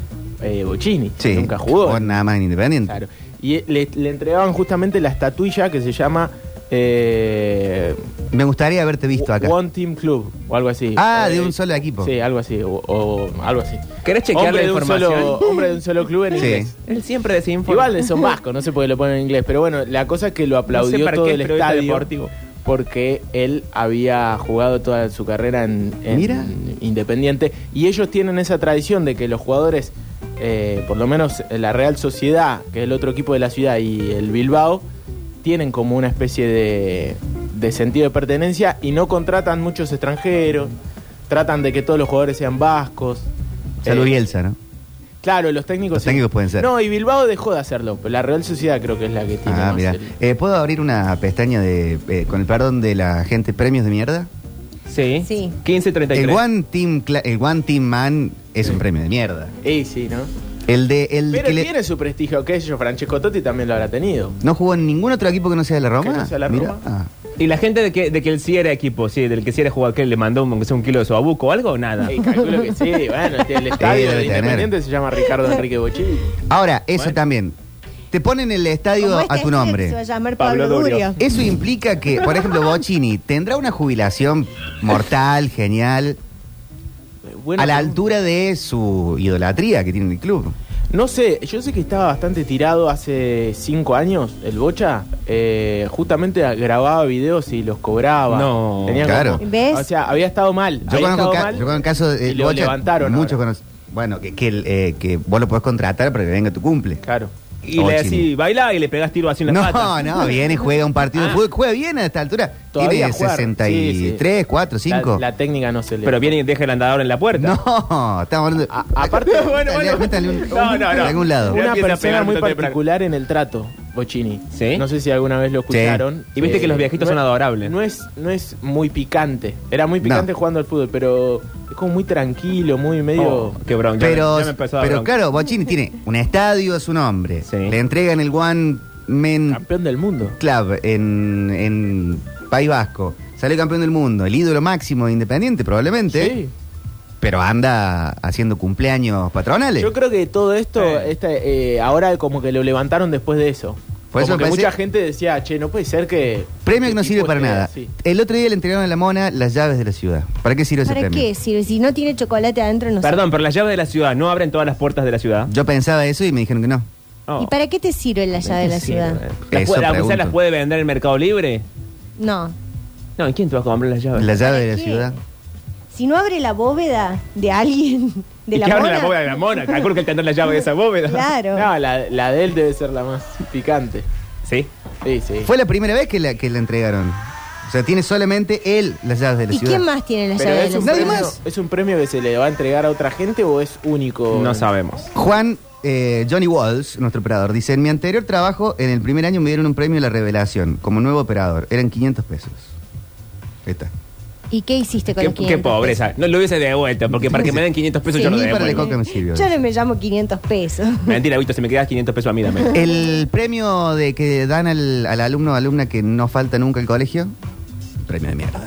Speaker 4: Eh, Bochini.
Speaker 1: Sí.
Speaker 4: Nunca jugó.
Speaker 1: O nada más en Independiente.
Speaker 4: Claro. Y eh, le, le entregaban justamente la estatuilla que se llama eh,
Speaker 1: Me gustaría haberte visto acá.
Speaker 4: One Team Club o algo así.
Speaker 1: Ah,
Speaker 4: Eh,
Speaker 1: de un solo equipo.
Speaker 4: Sí, algo así. O, o algo así.
Speaker 3: ¿Querés chequear
Speaker 4: hombre
Speaker 3: la
Speaker 4: de un
Speaker 3: información?
Speaker 4: solo- hombre de un solo club en
Speaker 1: Sí.
Speaker 4: inglés.
Speaker 3: Él siempre desinforma.
Speaker 4: Igual son vascos, no sé por qué lo ponen en inglés, pero bueno, la cosa es que lo aplaudió
Speaker 3: para
Speaker 4: todo
Speaker 3: qué
Speaker 4: el
Speaker 3: es periodista
Speaker 4: estadio
Speaker 3: deportivo.
Speaker 4: porque él había jugado toda su carrera en, en
Speaker 1: Mira.
Speaker 4: Independiente y ellos tienen esa tradición de que los jugadores, eh, por lo menos la Real Sociedad, que es el otro equipo de la ciudad, y el Bilbao, tienen como una especie de, de sentido de pertenencia y no contratan muchos extranjeros, tratan de que todos los jugadores sean vascos.
Speaker 1: Salud
Speaker 4: Eh,
Speaker 1: Bielsa, ¿no?
Speaker 4: Claro, los técnicos.
Speaker 1: Los técnicos pueden ser.
Speaker 4: No, y Bilbao dejó de hacerlo. pero La Real Sociedad creo que es la que tiene.
Speaker 1: Ah,
Speaker 4: más
Speaker 1: mira.
Speaker 4: el-
Speaker 1: Eh, ¿Puedo abrir una pestaña de, eh, con el perdón de la gente, premios de mierda?
Speaker 3: Sí.
Speaker 2: Sí.
Speaker 3: 15-33.
Speaker 1: El one, team cla- el one Team Man es un premio de mierda.
Speaker 4: Eh, sí, ¿no?
Speaker 1: El de. El
Speaker 4: Pero
Speaker 1: que le-
Speaker 4: tiene su prestigio, qué sé yo, Francesco Totti también lo habrá tenido.
Speaker 1: ¿No jugó en ningún otro equipo que no sea de la Roma?
Speaker 4: Que no sea la
Speaker 1: Mirá. Ah.
Speaker 4: Roma.
Speaker 3: ¿Y la gente de que, de que él sí era equipo, sí, del que sí era jugador, que le mandó un, aunque sea un kilo de sobabuco o algo o nada?
Speaker 4: Eh, calculo que sí, bueno, el
Speaker 1: Eh,
Speaker 4: estadio
Speaker 1: debe
Speaker 4: de
Speaker 1: tener.
Speaker 4: Independiente se llama Ricardo Enrique Bochini.
Speaker 1: Ahora, eso
Speaker 4: Bueno.
Speaker 1: también. Te ponen el estadio
Speaker 2: Como este
Speaker 1: a tu
Speaker 2: estudio que Se va
Speaker 1: nombre.
Speaker 2: a llamar
Speaker 3: Pablo
Speaker 2: Pablo,
Speaker 3: Durio.
Speaker 2: Durio.
Speaker 1: Eso implica que, por ejemplo, Bocini tendrá una jubilación mortal, genial, a la altura de su idolatría que tiene el club.
Speaker 4: No sé, yo sé que estaba bastante tirado hace cinco años el Bocha. eh, justamente grababa videos y los cobraba.
Speaker 3: No.
Speaker 4: Tenía
Speaker 1: Claro.
Speaker 4: como-
Speaker 2: ¿Ves?
Speaker 4: O sea, había estado mal.
Speaker 1: Yo
Speaker 4: había
Speaker 1: conozco,
Speaker 4: estado
Speaker 1: ca-
Speaker 4: mal
Speaker 1: yo conozco casos de
Speaker 4: y lo
Speaker 1: Bocha,
Speaker 4: levantaron.
Speaker 1: Muchos
Speaker 4: ahora.
Speaker 1: conocen. Bueno, que, que, el, eh, que vos lo podés contratar para que venga a tu cumple.
Speaker 4: Claro.
Speaker 3: Y le
Speaker 1: Bochini.
Speaker 3: decís, baila y le pegás tiro así en la
Speaker 1: No,
Speaker 3: pata.
Speaker 1: no, viene, juega un partido de
Speaker 4: Ah.
Speaker 1: fútbol, juega bien a esta altura.
Speaker 4: Todavía
Speaker 1: tiene
Speaker 4: jugar.
Speaker 1: 63,
Speaker 4: Sí, sí.
Speaker 1: 4, 5.
Speaker 4: La, la técnica no se le.
Speaker 3: Pero viene y deja el andador en la puerta.
Speaker 1: No, estamos hablando.
Speaker 4: A- aparte, bueno,
Speaker 1: métale-
Speaker 4: bueno.
Speaker 1: métale un-
Speaker 3: No, no, no.
Speaker 1: de algún lado.
Speaker 3: Ya
Speaker 4: Una
Speaker 3: empieza a
Speaker 4: persona
Speaker 3: pegar
Speaker 4: muy
Speaker 3: muy temprano.
Speaker 4: particular en el trato, Bochini.
Speaker 3: ¿Sí?
Speaker 4: No sé si alguna vez lo escucharon. Eh,
Speaker 3: Y viste que los viejitos son
Speaker 4: no es-
Speaker 3: adorables.
Speaker 4: No es, no es muy picante. Era muy picante
Speaker 1: No.
Speaker 4: jugando al fútbol, pero es como muy tranquilo, muy medio.
Speaker 3: Oh, qué bronca.
Speaker 1: Pero,
Speaker 3: ya me empezó a dar
Speaker 1: pero
Speaker 3: bronca.
Speaker 1: claro, Bochini tiene un estadio, es un hombre.
Speaker 3: Sí.
Speaker 1: Le entregan el One Men
Speaker 4: Campeón del mundo.
Speaker 1: Club en, en País Vasco. Sale campeón del mundo, el ídolo máximo de Independiente probablemente,
Speaker 4: Sí.
Speaker 1: pero anda haciendo cumpleaños patronales.
Speaker 4: Yo creo que todo esto,
Speaker 3: Sí.
Speaker 4: este, eh, ahora como que lo levantaron después de eso.
Speaker 1: Por eso
Speaker 4: como
Speaker 1: me
Speaker 4: que
Speaker 1: parece-
Speaker 4: mucha gente decía, che, no puede ser que.
Speaker 1: Premio que no
Speaker 4: este
Speaker 1: sirve
Speaker 4: tipo
Speaker 1: para
Speaker 4: esté
Speaker 1: nada.
Speaker 4: así".
Speaker 1: El otro día le entregaron a la mona las llaves de la ciudad. ¿Para qué sirve ese
Speaker 2: ¿Para
Speaker 1: premio?
Speaker 2: qué sirve? Si no tiene chocolate adentro, no
Speaker 3: Perdón, pero las llaves de la ciudad no abren todas las puertas de la ciudad.
Speaker 1: Yo pensaba eso y me dijeron que no.
Speaker 3: No.
Speaker 2: ¿Y para qué te sirve la llave de la
Speaker 3: Sí,
Speaker 2: ciudad?
Speaker 3: eh. Las
Speaker 1: Eso
Speaker 3: puede- aunque sea
Speaker 1: pregunto.
Speaker 3: las puede vender en Mercado Libre.
Speaker 2: No.
Speaker 3: No, ¿y quién te va a comprar las llaves?
Speaker 1: La llave de la
Speaker 2: qué?
Speaker 1: ciudad.
Speaker 2: Si no abre la bóveda de alguien, de
Speaker 3: ¿Y
Speaker 2: la
Speaker 3: qué abre
Speaker 2: mona,
Speaker 3: la bóveda de la mona? Calculo que él tendrá la llave de esa bóveda.
Speaker 2: Claro.
Speaker 4: No, la, la de él debe ser la más picante.
Speaker 3: Sí.
Speaker 4: Sí, sí.
Speaker 1: Fue la primera vez que la, que la entregaron. O sea, tiene solamente él las llaves de la
Speaker 2: ¿Y
Speaker 1: ciudad.
Speaker 2: quién más tiene la
Speaker 4: Pero
Speaker 2: llave
Speaker 4: es
Speaker 2: de
Speaker 4: un,
Speaker 2: la
Speaker 1: Nadie
Speaker 2: ciudad?
Speaker 4: premio,
Speaker 1: más.
Speaker 4: ¿Es un premio que se le va a entregar a otra gente o es único?
Speaker 3: No sabemos.
Speaker 1: Juan eh, Johnny Walls, nuestro operador, dice: En mi anterior trabajo, en el primer año me dieron un premio a la revelación como nuevo operador. Eran 500 pesos. Ahí está.
Speaker 2: ¿Y qué hiciste con
Speaker 3: Qué,
Speaker 2: los 500
Speaker 3: qué pobreza. No lo hubiese devuelto, porque para que me den 500 pesos
Speaker 1: Sí,
Speaker 3: yo lo
Speaker 1: ni para
Speaker 3: devuelvo.
Speaker 1: la coca me sirvió.
Speaker 2: pesos? Yo no me llamo 500 pesos.
Speaker 3: Mentira, Vito, si me quedas 500 pesos a mí, dame.
Speaker 1: El premio de que dan al, al alumno o alumna que no falta nunca al colegio, premio de mierda.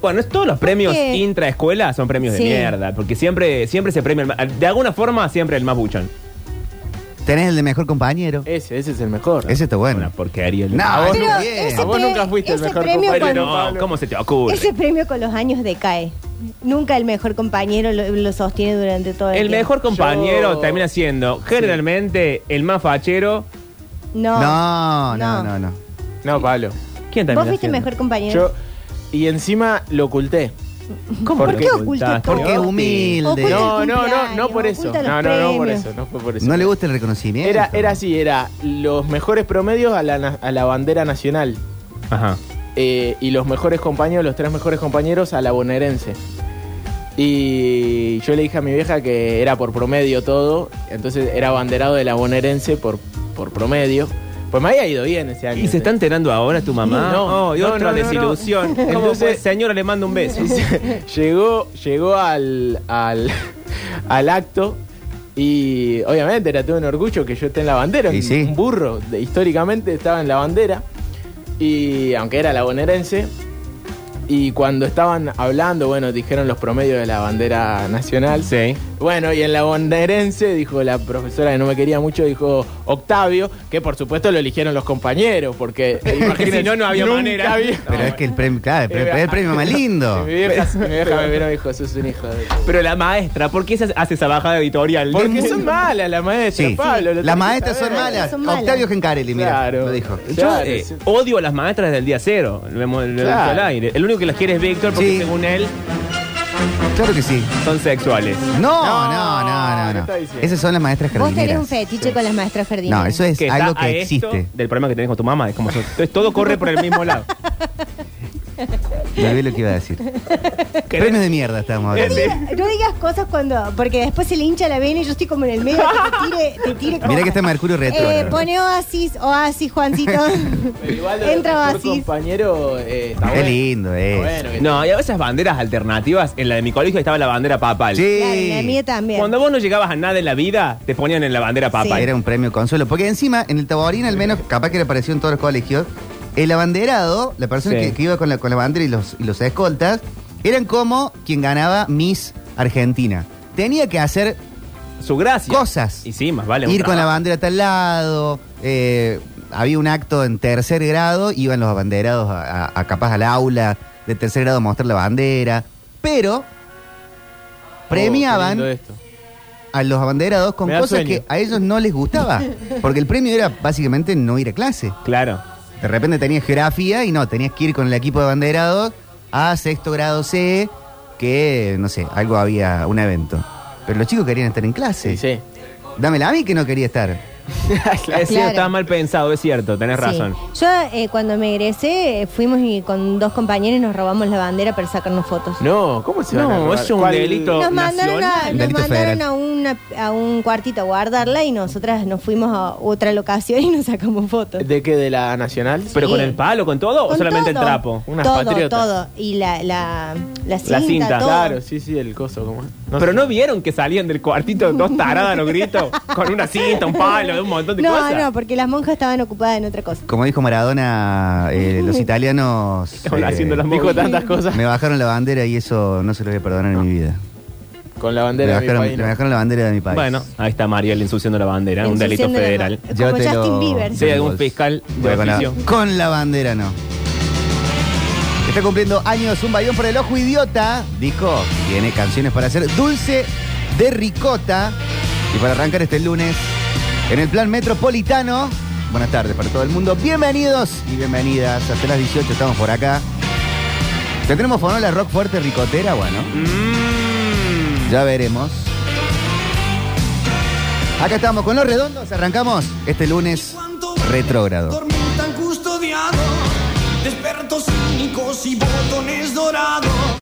Speaker 3: Bueno, es- todos los premios
Speaker 2: qué?
Speaker 3: intraescuela son premios
Speaker 2: Sí.
Speaker 3: de mierda, porque siempre, siempre se premia, el ma- de alguna forma, siempre el más buchón.
Speaker 1: Tenés el de mejor compañero.
Speaker 4: Ese, ese es el mejor.
Speaker 1: Ese Este está
Speaker 3: Una
Speaker 1: bueno.
Speaker 3: porquería. el-
Speaker 1: No,
Speaker 3: Ah,
Speaker 1: vos
Speaker 2: Pero
Speaker 1: no bien.
Speaker 2: ese
Speaker 4: A vos
Speaker 2: pre-
Speaker 4: nunca fuiste el
Speaker 2: ese
Speaker 4: mejor
Speaker 2: premio
Speaker 4: compañero,
Speaker 3: Bueno,
Speaker 2: con-
Speaker 3: no,
Speaker 4: Pablo.
Speaker 3: ¿cómo se te ocurre?
Speaker 2: Ese premio con los años decae. Nunca el mejor compañero lo, lo sostiene durante todo el,
Speaker 3: El
Speaker 2: tiempo.
Speaker 3: mejor compañero
Speaker 4: Yo-
Speaker 3: termina siendo generalmente el más fachero.
Speaker 2: No.
Speaker 1: No, no, no, no.
Speaker 4: No, Pablo.
Speaker 3: ¿Quién termina
Speaker 2: Vos fuiste el
Speaker 3: siendo?
Speaker 2: mejor compañero.
Speaker 4: Yo. Y encima lo oculté.
Speaker 3: ¿Cómo
Speaker 2: ¿Por
Speaker 3: lo
Speaker 2: qué
Speaker 3: ocultaste?
Speaker 2: ocultó todo?
Speaker 1: Porque es humilde.
Speaker 2: Oculta
Speaker 4: No, no, no, no
Speaker 2: cumpleaños,
Speaker 4: por eso.
Speaker 2: oculta los
Speaker 4: No, no, no por
Speaker 2: premios.
Speaker 4: eso. No fue por eso.
Speaker 1: No le gusta el reconocimiento.
Speaker 4: Era, era así, era los mejores promedios a la, na- a la bandera nacional
Speaker 3: Ajá.
Speaker 4: eh, y los mejores compañeros, los tres mejores compañeros a la bonaerense. Y yo le dije a mi vieja que era por promedio todo, entonces era abanderado de la bonaerense por, por promedio. Pues me había ido bien ese año.
Speaker 3: ¿Y se está enterando ahora tu mamá?
Speaker 4: No,
Speaker 3: Oh, y
Speaker 4: no,
Speaker 3: otra
Speaker 4: no, no, no.
Speaker 3: desilusión. ¿Cómo
Speaker 4: Entonces-
Speaker 3: fue? Señora, le mando un beso.
Speaker 4: llegó, llegó al, al, al acto y obviamente era todo un orgullo que yo esté en la bandera.
Speaker 1: Y
Speaker 4: un,
Speaker 1: sí.
Speaker 4: un burro, de- históricamente estaba en la bandera. Y aunque era la bonaerense. Y cuando estaban hablando, bueno, dijeron los promedios de la bandera nacional.
Speaker 3: Sí.
Speaker 4: Bueno, y en la bonaerense, dijo la profesora que no me quería mucho, dijo Octavio, que por supuesto lo eligieron los compañeros, porque imagínense,
Speaker 3: si no, no había
Speaker 4: nunca
Speaker 3: manera.
Speaker 4: había-
Speaker 1: Pero es que el premio, claro, el premio, el premio más lindo.
Speaker 4: mi vieja, mi vieja me vieron y dijo, sos un hijo de...
Speaker 3: Pero la maestra, ¿por qué se hace esa bajada editorial?
Speaker 4: Porque son malas las maestras,
Speaker 1: Sí.
Speaker 4: Pablo. lo
Speaker 1: Las
Speaker 4: tenés
Speaker 1: maestras
Speaker 4: que
Speaker 1: son
Speaker 4: saber.
Speaker 1: malas.
Speaker 2: Son malas.
Speaker 1: Octavio Gencarelli, mira,
Speaker 4: Claro.
Speaker 1: lo dijo.
Speaker 3: Yo
Speaker 4: Claro,
Speaker 3: eh,
Speaker 4: sí.
Speaker 3: odio a las maestras del día cero. Lo hemos, lo hemos dicho
Speaker 4: Claro.
Speaker 3: al aire. El único que las quiere es Víctor porque
Speaker 1: Sí.
Speaker 3: según él
Speaker 1: Claro que sí.
Speaker 3: son sexuales.
Speaker 1: No, no, no,
Speaker 4: ¿qué
Speaker 1: no. no.
Speaker 4: está diciendo?
Speaker 1: Esas son las maestras
Speaker 2: Vos tenés un
Speaker 1: jardineras.
Speaker 2: fetiche con las maestras jardineras.
Speaker 1: No, eso es
Speaker 3: Que está
Speaker 1: algo
Speaker 3: a
Speaker 1: que
Speaker 3: esto
Speaker 1: existe.
Speaker 3: Del problema que tenés con tu mamá. Es como, entonces todo corre por el mismo lado.
Speaker 1: Me olvidé lo que iba a decir. Premios de mierda estamos hablando.
Speaker 2: No digas cosas cuando. Porque después se le hincha la vena y yo estoy como en el medio. Que te tire, te tire como-
Speaker 1: Mirá que está Mercurio
Speaker 2: Eh,
Speaker 1: retrógrado.
Speaker 2: pone Oasis, Oasis, Juancito.
Speaker 4: Pero igual lo de
Speaker 2: Entra
Speaker 4: mejor
Speaker 2: Oasis.
Speaker 4: compañero eh, está
Speaker 1: Qué
Speaker 4: bueno.
Speaker 1: lindo, eh.
Speaker 4: Está bueno que-
Speaker 3: No, y a veces banderas alternativas. En la de mi colegio estaba la bandera papal.
Speaker 1: Sí.
Speaker 2: Claro, y la mía también.
Speaker 3: Cuando vos no llegabas a nada en la vida, te ponían en la bandera papal.
Speaker 1: Era un premio consuelo. Porque encima, en el Taborín, al menos, capaz que le apareció en todos los colegios, el abanderado, la persona
Speaker 3: Sí.
Speaker 1: que, que iba con la, con la bandera y los, y los escoltas, eran como quien ganaba Miss Argentina. Tenía que hacer
Speaker 3: Su gracia.
Speaker 1: Cosas.
Speaker 3: Y sí, más vale. un
Speaker 1: ir con la
Speaker 3: trabajo.
Speaker 1: bandera a tal lado. eh, había un acto en tercer grado, iban los abanderados a, a- a capaz al aula de tercer grado a mostrar la bandera. Pero
Speaker 4: Oh,
Speaker 1: premiaban
Speaker 4: qué lindo esto.
Speaker 1: a los abanderados con
Speaker 4: Me da
Speaker 1: cosas
Speaker 4: sueño.
Speaker 1: que a ellos no les gustaba. Porque el premio era básicamente no ir a clase.
Speaker 3: Claro.
Speaker 1: De repente tenías geografía y no, tenías que ir con el equipo de abanderados a sexto grado C, que no sé, algo había, un evento. Pero los chicos querían estar en clase.
Speaker 4: Sí, sí.
Speaker 1: Dámela a mí que no quería estar.
Speaker 3: Es cierto,
Speaker 2: Claro.
Speaker 3: estaba mal pensado, es cierto, tenés
Speaker 2: Sí.
Speaker 3: razón.
Speaker 2: Yo eh, cuando me egresé eh, fuimos y con dos compañeros nos robamos la bandera para sacarnos fotos.
Speaker 4: No, ¿cómo se van a
Speaker 3: No,
Speaker 4: robar?
Speaker 3: es un
Speaker 4: ¿Cuál-
Speaker 3: delito
Speaker 2: Nos mandaron, a,
Speaker 3: nacional.
Speaker 2: nos
Speaker 1: Delito
Speaker 2: mandaron
Speaker 1: federal.
Speaker 2: a, una- a un cuartito a guardarla y nosotras nos fuimos a otra locación y nos sacamos fotos.
Speaker 4: ¿De qué? ¿De la nacional?
Speaker 3: ¿Pero
Speaker 2: Sí.
Speaker 3: con el palo, con todo o
Speaker 2: Con
Speaker 3: solamente
Speaker 2: todo.
Speaker 3: el trapo?
Speaker 4: Unas
Speaker 2: todo,
Speaker 4: patriotas.
Speaker 2: todo. Y la, la, la cinta,
Speaker 3: cinta.
Speaker 2: todo.
Speaker 4: Claro, sí, sí, el coso. ¿cómo?
Speaker 3: Pero
Speaker 4: sé.
Speaker 3: no vieron que salían del cuartito dos taradas a los gritos, con una cinta, un palo, un montón de
Speaker 2: no,
Speaker 3: cosas.
Speaker 2: no, porque las monjas estaban ocupadas en otra cosa.
Speaker 1: Como dijo Maradona, eh, los italianos
Speaker 3: Estaban
Speaker 1: eh,
Speaker 3: haciendo las
Speaker 4: Dijo
Speaker 3: movidas.
Speaker 4: tantas cosas.
Speaker 1: me bajaron la bandera y eso no se lo voy a perdonar en mi vida.
Speaker 4: Con la
Speaker 1: Me
Speaker 4: bandera de mi
Speaker 1: bajaron,
Speaker 4: país.
Speaker 1: me
Speaker 4: ¿no?
Speaker 1: bajaron la bandera de mi país.
Speaker 3: Bueno, ahí está Mariel ensuciando la bandera, un delito
Speaker 2: Ensuciando la
Speaker 3: federal.
Speaker 2: ma- Como
Speaker 1: Llévatelo
Speaker 2: Justin Bieber.
Speaker 3: Sí,
Speaker 1: del
Speaker 3: algún
Speaker 1: bols.
Speaker 3: fiscal de
Speaker 1: Bueno, con, la,
Speaker 3: oficio.
Speaker 1: con la bandera no. Está cumpliendo años un bayón por el ojo idiota. Dijo, tiene canciones para hacer dulce de ricota. Y para arrancar este lunes en el plan metropolitano. Buenas tardes para todo el mundo. Bienvenidos y bienvenidas. Hasta las 18 estamos por acá. ¿Tendremos fonola rock fuerte ricotera? Bueno,
Speaker 3: Mm.
Speaker 1: ya veremos. Acá estamos con los redondos. Arrancamos este lunes retrógrado.
Speaker 7: Dormir tan custodiado, despertos cínicos y botones dorados.